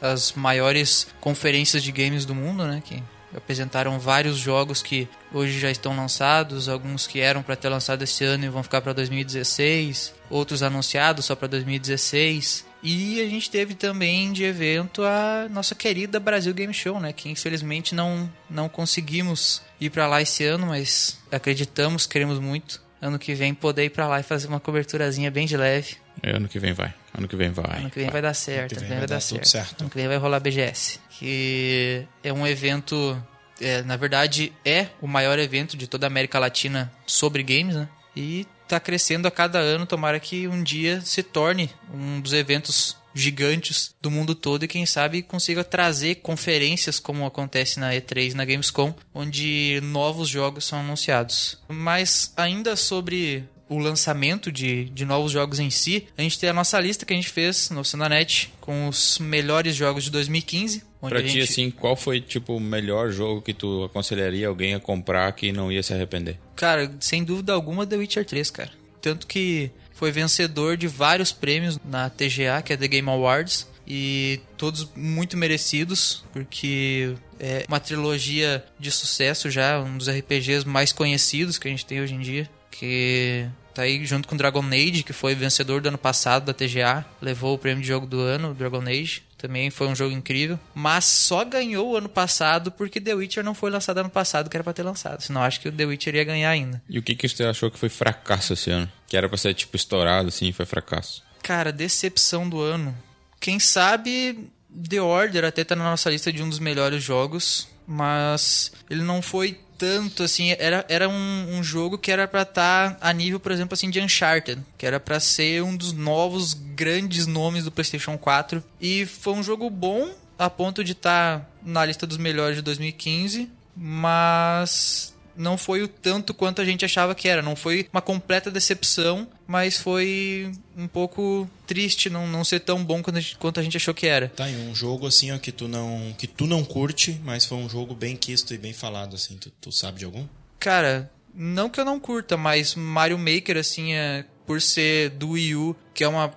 Speaker 3: as maiores conferências de games do mundo, né? Que apresentaram vários jogos que hoje já estão lançados, alguns que eram para ter lançado esse ano e vão ficar para 2016, outros anunciados só para 2016. E a gente teve também de evento a nossa querida Brasil Game Show, né? Que infelizmente não, não conseguimos ir para lá esse ano, mas acreditamos, queremos muito. Ano que vem poder ir para lá e fazer uma coberturazinha bem de leve.
Speaker 1: É, ano que vem vai. Ano que vem vai.
Speaker 3: Ano que vem vai dar certo. Ano que vem vai dar
Speaker 5: tudo
Speaker 3: certo.
Speaker 5: certo.
Speaker 3: Ano que vem vai rolar BGS. Que é um evento. é, na verdade, é o maior evento de toda a América Latina sobre games, né? E tá crescendo a cada ano. Tomara que um dia se torne um dos eventos gigantes do mundo todo e quem sabe consiga trazer conferências como acontece na E3, na Gamescom, onde novos jogos são anunciados. Mas ainda sobre o lançamento de, de novos jogos em si, a gente tem a nossa lista que a gente fez no Cindanet com os melhores jogos de 2015. Onde
Speaker 1: Pra
Speaker 3: a
Speaker 1: ti,
Speaker 3: gente...
Speaker 1: assim, qual foi, tipo, o melhor jogo que tu aconselharia alguém a comprar que não ia se arrepender?
Speaker 3: Cara, sem dúvida alguma, The Witcher 3, cara. Tanto que foi vencedor de vários prêmios na TGA, que é The Game Awards. E todos muito merecidos, porque é uma trilogia de sucesso já, um dos RPGs mais conhecidos que a gente tem hoje em dia. Que tá aí junto com Dragon Age, que foi vencedor do ano passado da TGA, levou o prêmio de jogo do ano, Dragon Age. Também foi um jogo incrível, mas só ganhou o ano passado porque The Witcher não foi lançado ano passado, que era pra ter lançado. Senão acho que o The Witcher ia ganhar ainda.
Speaker 1: E o que que você achou que foi fracasso esse ano? Que era pra ser, tipo, estourado, assim, e foi fracasso.
Speaker 3: Cara, decepção do ano. Quem sabe The Order até tá na nossa lista de um dos melhores jogos, mas ele não foi tanto assim. Era, era um, um jogo que era pra estar a nível, por exemplo, assim de Uncharted, que era pra ser um dos novos grandes nomes do PlayStation 4. E foi um jogo bom a ponto de estar na lista dos melhores de 2015, mas não foi o tanto quanto a gente achava que era. Não foi uma completa decepção, mas foi um pouco triste não, não ser tão bom quanto a, gente, quanto a gente achou que era.
Speaker 5: Tá, e um jogo assim, ó, que tu não, que tu não curte, mas foi um jogo bem quisto e bem falado, assim. Tu, tu sabe de algum?
Speaker 3: Cara, não que eu não curta, mas Mario Maker, assim, é, por ser do Wii U, que é uma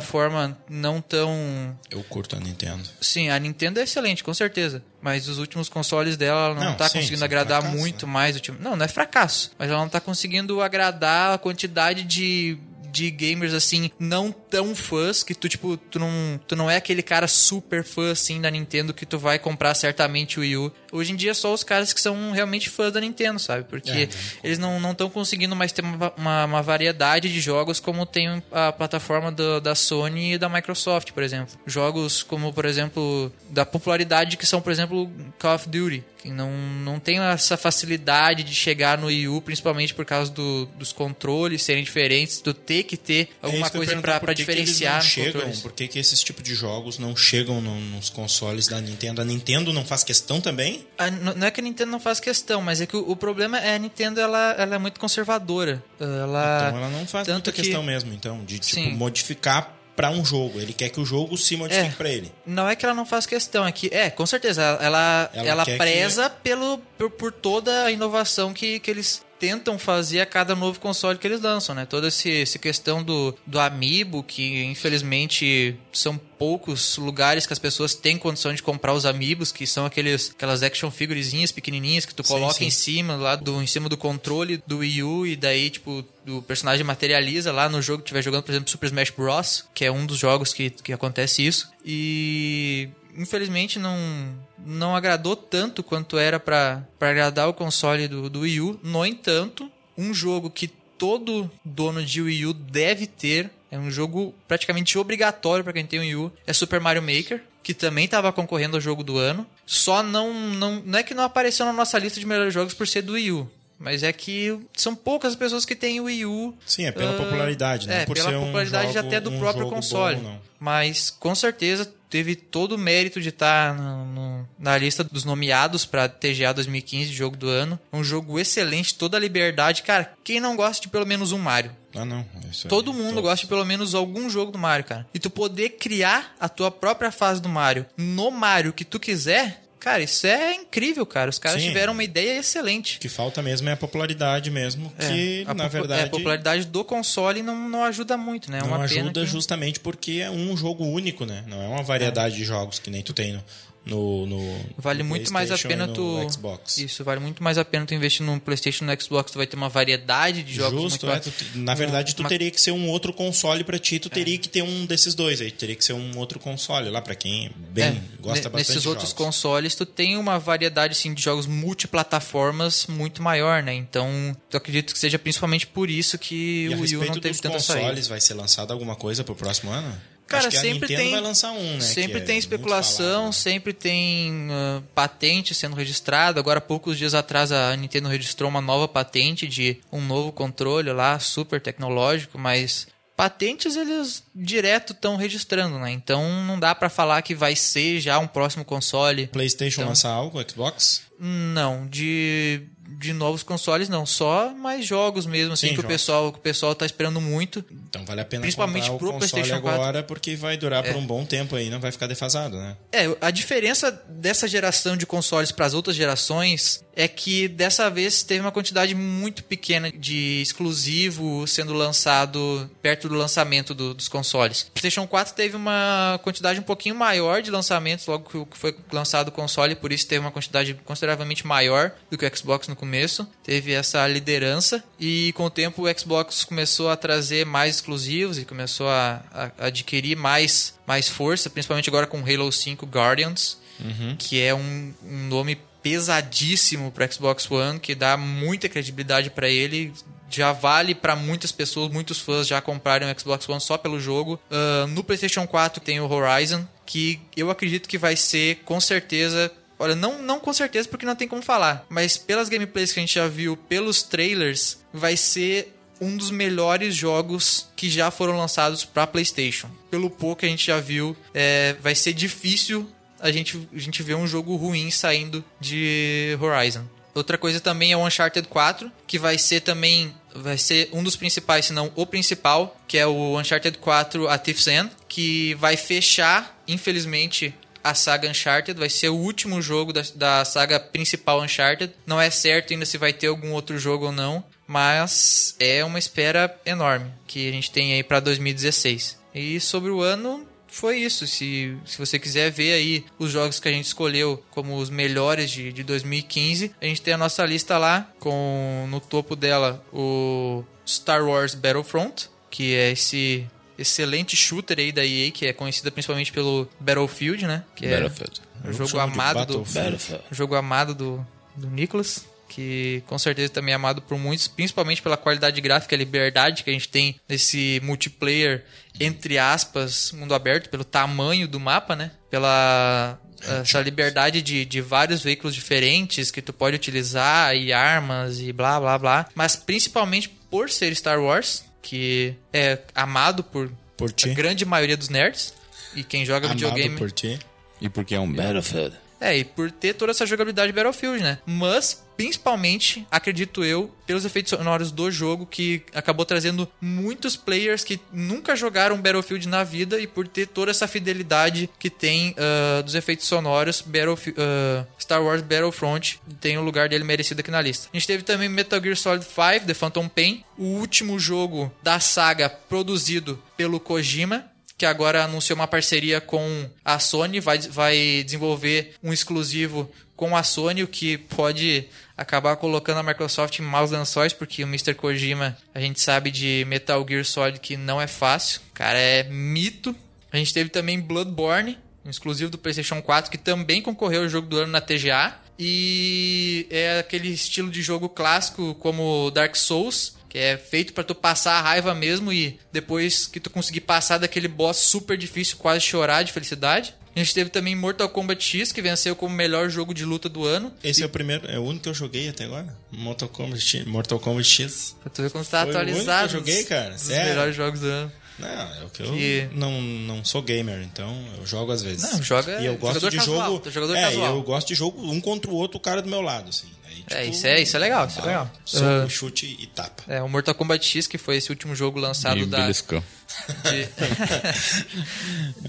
Speaker 3: plataforma não tão.
Speaker 5: Eu curto a Nintendo.
Speaker 3: Sim, a Nintendo é excelente, com certeza. Mas os últimos consoles dela ela não,
Speaker 5: Não,
Speaker 3: tá
Speaker 5: sim,
Speaker 3: conseguindo
Speaker 5: isso é um
Speaker 3: agradar
Speaker 5: fracasso,
Speaker 3: muito
Speaker 5: né?
Speaker 3: mais o time. Não, não é fracasso. Mas ela não tá conseguindo agradar a quantidade de. De gamers assim, não tão fãs, que tu, tipo, tu não, tu não é aquele cara super fã assim da Nintendo que tu vai comprar certamente o Wii U. Hoje em dia, só os caras que são realmente fãs da Nintendo, sabe?
Speaker 5: É,
Speaker 3: Porque
Speaker 5: né?
Speaker 3: eles não estão conseguindo mais ter uma, va- uma, uma variedade de jogos como tem a plataforma do- da Sony e da Microsoft, por exemplo. Jogos como, por exemplo, da popularidade que são, por exemplo, Call of Duty. Que não, não tem essa facilidade de chegar no Wii U, principalmente por causa do- dos controles serem diferentes, do ter que ter alguma
Speaker 5: É isso que eu ia
Speaker 3: coisa
Speaker 5: perguntar,
Speaker 3: pra
Speaker 5: por
Speaker 3: pra
Speaker 5: que que eles
Speaker 3: diferenciar
Speaker 5: não
Speaker 3: nos
Speaker 5: chegam,
Speaker 3: controles.
Speaker 5: Por que, que esses tipos de jogos não chegam no- nos consoles da Nintendo? A Nintendo não faz questão também?
Speaker 3: A- n- não é que a Nintendo não faz questão, mas é que o, o problema é a Nintendo ela, ela é muito conservadora. Ah, Ela,
Speaker 5: então ela não faz
Speaker 3: tanto
Speaker 5: muita
Speaker 3: que-
Speaker 5: questão mesmo, então, de tipo,
Speaker 3: Sim.
Speaker 5: modificar pra um jogo. Ele quer que o jogo se modifique
Speaker 3: É.
Speaker 5: pra ele.
Speaker 3: Não é que ela não faz questão, é que, é, com certeza, ela, ela,
Speaker 5: Ela
Speaker 3: ela
Speaker 5: quer
Speaker 3: preza pelo, por, por toda a inovação que, que eles tentam fazer a cada novo console que eles lançam, né? Toda esse- essa questão do, do Amiibo, que infelizmente são poucos lugares que as pessoas têm condição de comprar os Amiibos, que são aqueles, aquelas action figurezinhas pequenininhas que tu coloca em cima lá do em cima do controle do Wii U e daí tipo o personagem materializa lá no jogo que estiver jogando, por exemplo, Super Smash Bros, que é um dos jogos que, que acontece isso. E infelizmente não não agradou tanto quanto era pra pra agradar o console do, do Wii U. No entanto, um jogo que todo dono de Wii U deve ter, é um jogo praticamente obrigatório pra quem tem Wii U, é Super Mario Maker, que também estava concorrendo ao jogo do ano. Só não, não não é que não apareceu na nossa lista de melhores jogos por ser do Wii U, mas é que são poucas as pessoas que têm Wii U
Speaker 5: Sim, é pela
Speaker 3: Ah,
Speaker 5: popularidade, não
Speaker 3: é,
Speaker 5: por
Speaker 3: pela
Speaker 5: ser um
Speaker 3: popularidade
Speaker 5: jogo-
Speaker 3: até do
Speaker 5: um
Speaker 3: próprio
Speaker 5: jogo
Speaker 3: console.
Speaker 5: bom, não.
Speaker 3: Mas com certeza teve todo o mérito de estar no- no- na lista dos nomeados para TGA 2015, jogo do ano. Um jogo excelente, toda a liberdade. Cara, quem não gosta de pelo menos um Mario?
Speaker 5: Ah, não. Isso aí,
Speaker 3: Todo mundo
Speaker 5: tô-
Speaker 3: gosta de pelo menos algum jogo do Mario, cara. E tu poder criar a tua própria fase do Mario no Mario que tu quiser, cara, isso é incrível, cara. Os caras
Speaker 5: Sim.
Speaker 3: tiveram uma ideia excelente.
Speaker 5: O que falta mesmo é a popularidade mesmo,
Speaker 3: É,
Speaker 5: que
Speaker 3: a
Speaker 5: na
Speaker 3: popu-
Speaker 5: verdade
Speaker 3: é, a popularidade do console não, não ajuda muito, né? É
Speaker 5: não
Speaker 3: uma pena
Speaker 5: ajuda
Speaker 3: que-
Speaker 5: justamente porque é um jogo único, né? Não é uma variedade de jogos que nem tu tem no no, no-
Speaker 3: Vale
Speaker 5: no
Speaker 3: muito mais a
Speaker 5: PlayStation
Speaker 3: pena
Speaker 5: e no
Speaker 3: tu.
Speaker 5: Xbox.
Speaker 3: Isso, vale muito mais a pena tu investir no PlayStation e no Xbox, tu vai ter uma variedade de jogos muito
Speaker 5: Justo, é,
Speaker 3: mais-
Speaker 5: tu- tu- na verdade tu
Speaker 3: uma- É.
Speaker 5: teria que ser um outro console pra ti, tu teria que ter um desses dois aí, teria que ser um outro console lá pra quem bem
Speaker 3: É,
Speaker 5: gosta
Speaker 3: ne-
Speaker 5: bastante
Speaker 3: Nesses
Speaker 5: de
Speaker 3: outros
Speaker 5: jogos.
Speaker 3: consoles, tu tem uma variedade assim, de jogos multiplataformas muito maior, né? Então, eu acredito que seja principalmente por isso que
Speaker 5: E a
Speaker 3: o Wii U não
Speaker 5: respeito
Speaker 3: teve
Speaker 5: dos
Speaker 3: tanta saída.
Speaker 5: consoles, vai ser lançada alguma coisa pro próximo ano?
Speaker 3: Cara,
Speaker 5: Acho que
Speaker 3: sempre
Speaker 5: a Nintendo
Speaker 3: tem-
Speaker 5: vai lançar um, né?
Speaker 3: Sempre
Speaker 5: que é
Speaker 3: tem
Speaker 5: muito falado,
Speaker 3: especulação,
Speaker 5: né?
Speaker 3: sempre tem ah, patente sendo registrada. Agora, há poucos dias atrás, a Nintendo registrou uma nova patente de um novo controle lá, super tecnológico, mas patentes eles direto estão registrando, né? Então não dá pra falar que vai ser já um próximo console.
Speaker 5: né? PlayStation
Speaker 3: Então-
Speaker 5: lança algo, Xbox?
Speaker 3: Não, de, de novos consoles não, só mais jogos mesmo, assim,
Speaker 5: Sim,
Speaker 3: que o
Speaker 5: jogos.
Speaker 3: pessoal, que o pessoal tá esperando muito.
Speaker 5: Então vale a pena
Speaker 3: Principalmente
Speaker 5: comprar o
Speaker 3: pro
Speaker 5: console
Speaker 3: PlayStation É. 4.
Speaker 5: agora, porque vai durar por um bom tempo aí, não vai ficar defasado, né?
Speaker 3: É, a diferença dessa geração de consoles para as outras gerações é que dessa vez teve uma quantidade muito pequena de exclusivo sendo lançado perto do lançamento do- dos consoles. PlayStation 4 teve uma quantidade um pouquinho maior de lançamentos logo que o- que foi lançado o console, por isso teve uma quantidade consideravelmente maior do que o Xbox no começo. Teve essa liderança e com o tempo o Xbox começou a trazer mais exclusivos e começou a, a- a adquirir mais mais força, principalmente agora com Halo 5 Guardians, que é um, um nome pesadíssimo para Xbox One, que dá muita credibilidade para ele. Já vale para muitas pessoas, muitos fãs já compraram o Xbox One só pelo jogo. Ah, no PlayStation 4 tem o Horizon, que eu acredito que vai ser com certeza. Olha, não, não com certeza porque não tem como falar, mas pelas gameplays que a gente já viu, pelos trailers, vai ser um dos melhores jogos que já foram lançados para PlayStation. Pelo pouco que a gente já viu, é, vai ser difícil a gente, a gente ver um jogo ruim saindo de Horizon. Outra coisa também é o Uncharted 4, que vai ser também vai ser um dos principais, se não o principal, que é o Uncharted 4 A Thief's End, que vai fechar, infelizmente, a saga Uncharted, vai ser o último jogo da, da saga principal Uncharted. Não é certo ainda se vai ter algum outro jogo ou não, mas é uma espera enorme que a gente tem aí pra 2016. E sobre o ano, foi isso. Se, se você quiser ver aí os jogos que a gente escolheu como os melhores de, de 2015, a gente tem a nossa lista lá, com no topo dela o Star Wars Battlefront, que é esse excelente shooter aí da EA, que é conhecida principalmente pelo Battlefield, né? Que é
Speaker 1: Battlefield.
Speaker 3: o jogo amado do,
Speaker 1: Battlefield.
Speaker 3: o Um jogo amado do, do Nicholas, que com certeza também é amado por muitos, principalmente pela qualidade gráfica e liberdade que a gente tem nesse multiplayer, entre aspas, mundo aberto, pelo tamanho do mapa, né? Pela
Speaker 5: É
Speaker 3: eh, essa liberdade de, de vários veículos diferentes que tu pode utilizar e armas e blá blá blá. Mas principalmente por ser Star Wars, que é amado por
Speaker 5: Por
Speaker 3: a
Speaker 5: ti.
Speaker 3: grande maioria dos nerds. E quem joga videogame.
Speaker 5: Amado por ti.
Speaker 1: E porque é um Battlefield.
Speaker 3: É, e por ter toda essa jogabilidade Battlefield, né? Mas, principalmente, acredito eu, pelos efeitos sonoros do jogo, que acabou trazendo muitos players que nunca jogaram Battlefield na vida e por ter toda essa fidelidade que tem ah, dos efeitos sonoros, Battlefi- ah, Star Wars Battlefront tem o lugar dele merecido aqui na lista. A gente teve também Metal Gear Solid 5, The Phantom Pain, o último jogo da saga produzido pelo Kojima que agora anunciou uma parceria com a Sony, vai, vai desenvolver um exclusivo com a Sony, o que pode acabar colocando a Microsoft em maus lençóis, porque o Mr. Kojima, a gente sabe de Metal Gear Solid que não é fácil, o cara é mito. A gente teve também Bloodborne, um exclusivo do PlayStation 4, que também concorreu ao jogo do ano na TGA. E é aquele estilo de jogo clássico como Dark Souls, que é feito pra tu passar a raiva mesmo e depois que tu conseguir passar daquele boss super difícil, quase chorar de felicidade. A gente teve também Mortal Kombat X, que venceu como melhor jogo de luta do ano.
Speaker 5: Esse é o primeiro, é o único que eu joguei até agora. Mortal Kombat, Mortal Kombat X.
Speaker 3: Pra tu ver como tu tá
Speaker 5: Foi o
Speaker 3: atualizado.
Speaker 5: único que eu joguei,
Speaker 3: dos-
Speaker 5: cara,
Speaker 3: Dos
Speaker 5: sério.
Speaker 3: melhores jogos do ano.
Speaker 5: Não, é o que eu
Speaker 3: Que-
Speaker 5: não, não sou gamer, então eu jogo às vezes.
Speaker 3: Não, joga-
Speaker 5: E eu gosto
Speaker 3: jogador
Speaker 5: de
Speaker 3: casual, tu
Speaker 5: jogo.
Speaker 3: é jogador
Speaker 5: é,
Speaker 3: casual.
Speaker 5: eu gosto de jogo um contra o outro, o cara do meu lado, assim. Aí,
Speaker 3: É,
Speaker 5: tipo,
Speaker 3: isso é, isso é legal, isso é legal.
Speaker 5: Soco,
Speaker 3: Ah.
Speaker 5: chute e tapa.
Speaker 3: É, o Mortal Kombat X, que foi esse último jogo lançado
Speaker 1: E
Speaker 3: da,
Speaker 1: beliscão.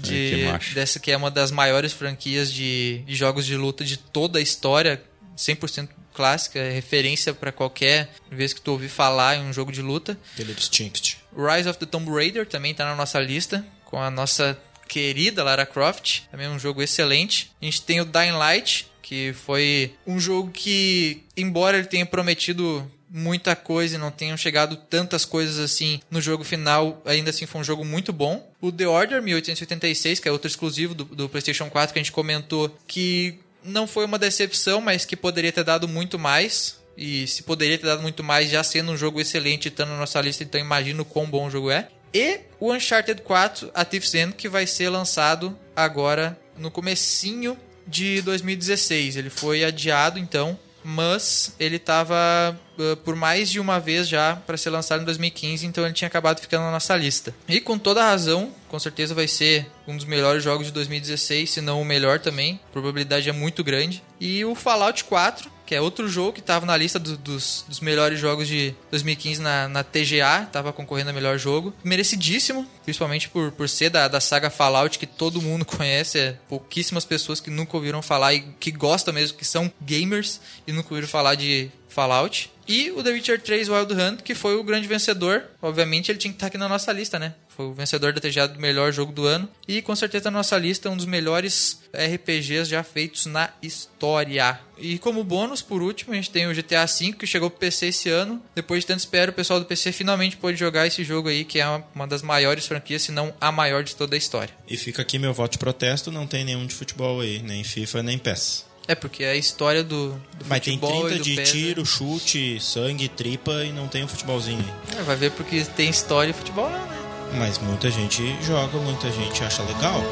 Speaker 1: Ai,
Speaker 3: de,
Speaker 1: que
Speaker 3: de
Speaker 1: macho.
Speaker 3: dessa que é uma das maiores franquias de, de jogos de luta de toda a história, 100% clássica, é referência pra qualquer vez que tu ouvir falar em um jogo de luta.
Speaker 5: Aquele Distinct.
Speaker 3: Rise of the Tomb Raider também tá na nossa lista, com a nossa querida Lara Croft, também é um jogo excelente. A gente tem o Dying Light, que foi um jogo que, embora ele tenha prometido muita coisa e não tenham chegado tantas coisas assim no jogo final, ainda assim foi um jogo muito bom. O The Order 1886, que é outro exclusivo do, do PlayStation 4 que a gente comentou, que não foi uma decepção, mas que poderia ter dado muito mais. E se poderia ter dado muito mais, já sendo um jogo excelente, estando na nossa lista, então imagino quão bom o jogo é. E o Uncharted 4, a Thief's End, que vai ser lançado agora no comecinho de 2016. Ele foi adiado, então, mas ele estava uh, por mais de uma vez já para ser lançado em 2015, então ele tinha acabado ficando na nossa lista. E com toda razão, com certeza vai ser um dos melhores jogos de 2016, se não o melhor também. A probabilidade é muito grande. E o Fallout 4, que é outro jogo que estava na lista do, dos, dos, melhores jogos de 2015 na, na TGA, estava concorrendo a melhor jogo. Merecidíssimo, principalmente por, por ser da, da saga Fallout, que todo mundo conhece, é pouquíssimas pessoas que nunca ouviram falar e que gostam mesmo, que são gamers e nunca ouviram falar de Fallout. E o The Witcher 3 Wild Hunt, que foi o grande vencedor. Obviamente ele tinha que estar aqui na nossa lista, né? Foi o vencedor da TGA do melhor jogo do ano. E com certeza na nossa lista um dos melhores RPGs já feitos na história. E como bônus, por último, a gente tem o GTA V, que chegou pro PC esse ano. Depois de tanto espera, o pessoal do PC finalmente pôde jogar esse jogo aí, que é uma das maiores franquias, se não a maior de toda a história.
Speaker 5: E fica aqui meu voto de protesto, não tem nenhum de futebol aí, nem FIFA, nem PES.
Speaker 3: É, porque é a história do, do né?
Speaker 5: Mas
Speaker 3: futebol
Speaker 5: tem 30 de
Speaker 3: pé,
Speaker 5: tiro, chute, sangue, tripa e não tem um futebolzinho aí.
Speaker 3: É, vai ver porque tem história e futebol não, né?
Speaker 5: Mas muita gente joga, muita gente acha legal.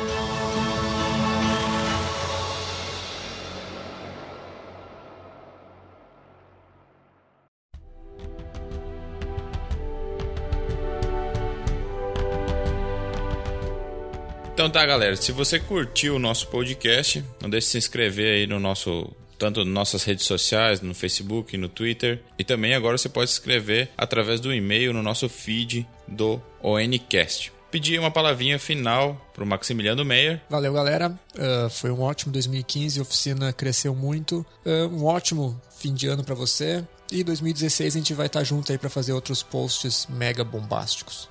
Speaker 1: Então tá, galera. Se você curtiu o nosso podcast, não deixe de se inscrever aí no nosso. Tanto nas nossas redes sociais, no Facebook, no Twitter. E também agora você pode se inscrever através do e-mail no nosso feed do ONCast. Pedir uma palavrinha final para o Maximiliano Meyer.
Speaker 2: Valeu, galera. Uh, foi um ótimo 2015, a oficina cresceu muito. Uh, um ótimo fim de ano para você. E 2016 a gente vai estar junto aí para fazer outros posts mega bombásticos.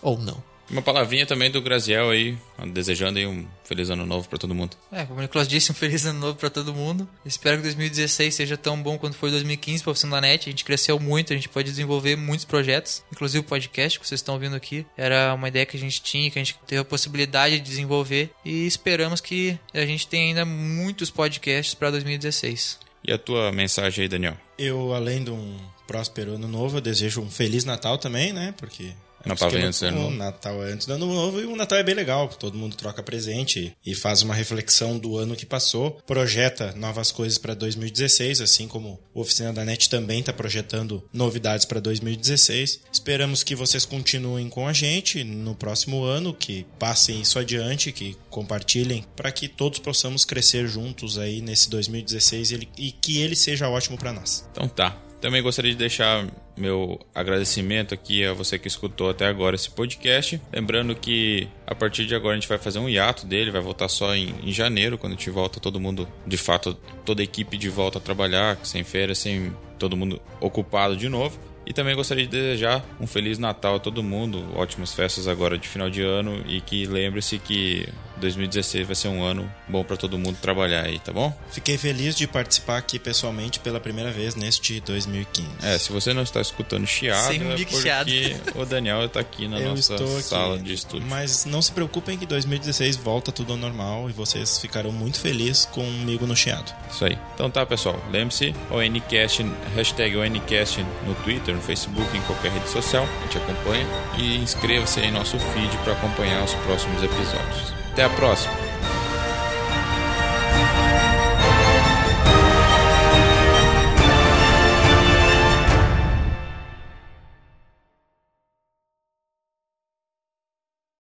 Speaker 2: Ou não.
Speaker 1: Uma palavrinha também do Graziel aí, desejando aí um feliz ano novo para todo mundo.
Speaker 3: É, como o Nicolas disse, um feliz ano novo para todo mundo. Espero que 2016 seja tão bom quanto foi 2015 para oficina da net. A gente cresceu muito, a gente pode desenvolver muitos projetos, inclusive o podcast que vocês estão ouvindo aqui. Era uma ideia que a gente tinha, que a gente teve a possibilidade de desenvolver e esperamos que a gente tenha ainda muitos podcasts para 2016.
Speaker 1: E a tua mensagem aí, Daniel?
Speaker 5: Eu, além de um próspero ano novo, eu desejo um feliz Natal também, né? Porque
Speaker 1: Natal vem antes do ano
Speaker 5: novo. Natal é antes do ano novo e o Natal é bem legal. Todo mundo troca presente e faz uma reflexão do ano que passou, projeta novas coisas para 2016, assim como a Oficina da NET também está projetando novidades para 2016. Esperamos que vocês continuem com a gente no próximo ano, que passem isso adiante, que compartilhem, para que todos possamos crescer juntos aí nesse 2016 e que ele seja ótimo para nós.
Speaker 1: Então tá. Também gostaria de deixar meu agradecimento aqui a você que escutou até agora esse podcast. Lembrando que a partir de agora a gente vai fazer um hiato dele, vai voltar só em, em janeiro, quando a gente volta todo mundo, de fato, toda a equipe de volta a trabalhar, sem férias, sem todo mundo ocupado de novo. E também gostaria de desejar um Feliz Natal a todo mundo, ótimas festas agora de final de ano e que lembre-se que 2016 vai ser um ano bom para todo mundo trabalhar aí, tá bom?
Speaker 5: Fiquei feliz de participar aqui pessoalmente pela primeira vez neste 2015.
Speaker 1: É, se você não está escutando chiado,
Speaker 3: Sem um
Speaker 1: é porque
Speaker 3: chiado.
Speaker 1: o Daniel está aqui na
Speaker 5: Eu estou
Speaker 1: nossa
Speaker 5: aqui,
Speaker 1: sala de estúdio.
Speaker 5: Mas não se preocupem que 2016 volta tudo ao normal e vocês ficarão muito felizes comigo no chiado.
Speaker 1: Isso aí. Então tá, pessoal. Lembre-se, ONCast, hashtag ONCast no Twitter, no Facebook, em qualquer rede social. A gente acompanha. E inscreva-se aí em nosso feed para acompanhar os próximos episódios. Até a próxima!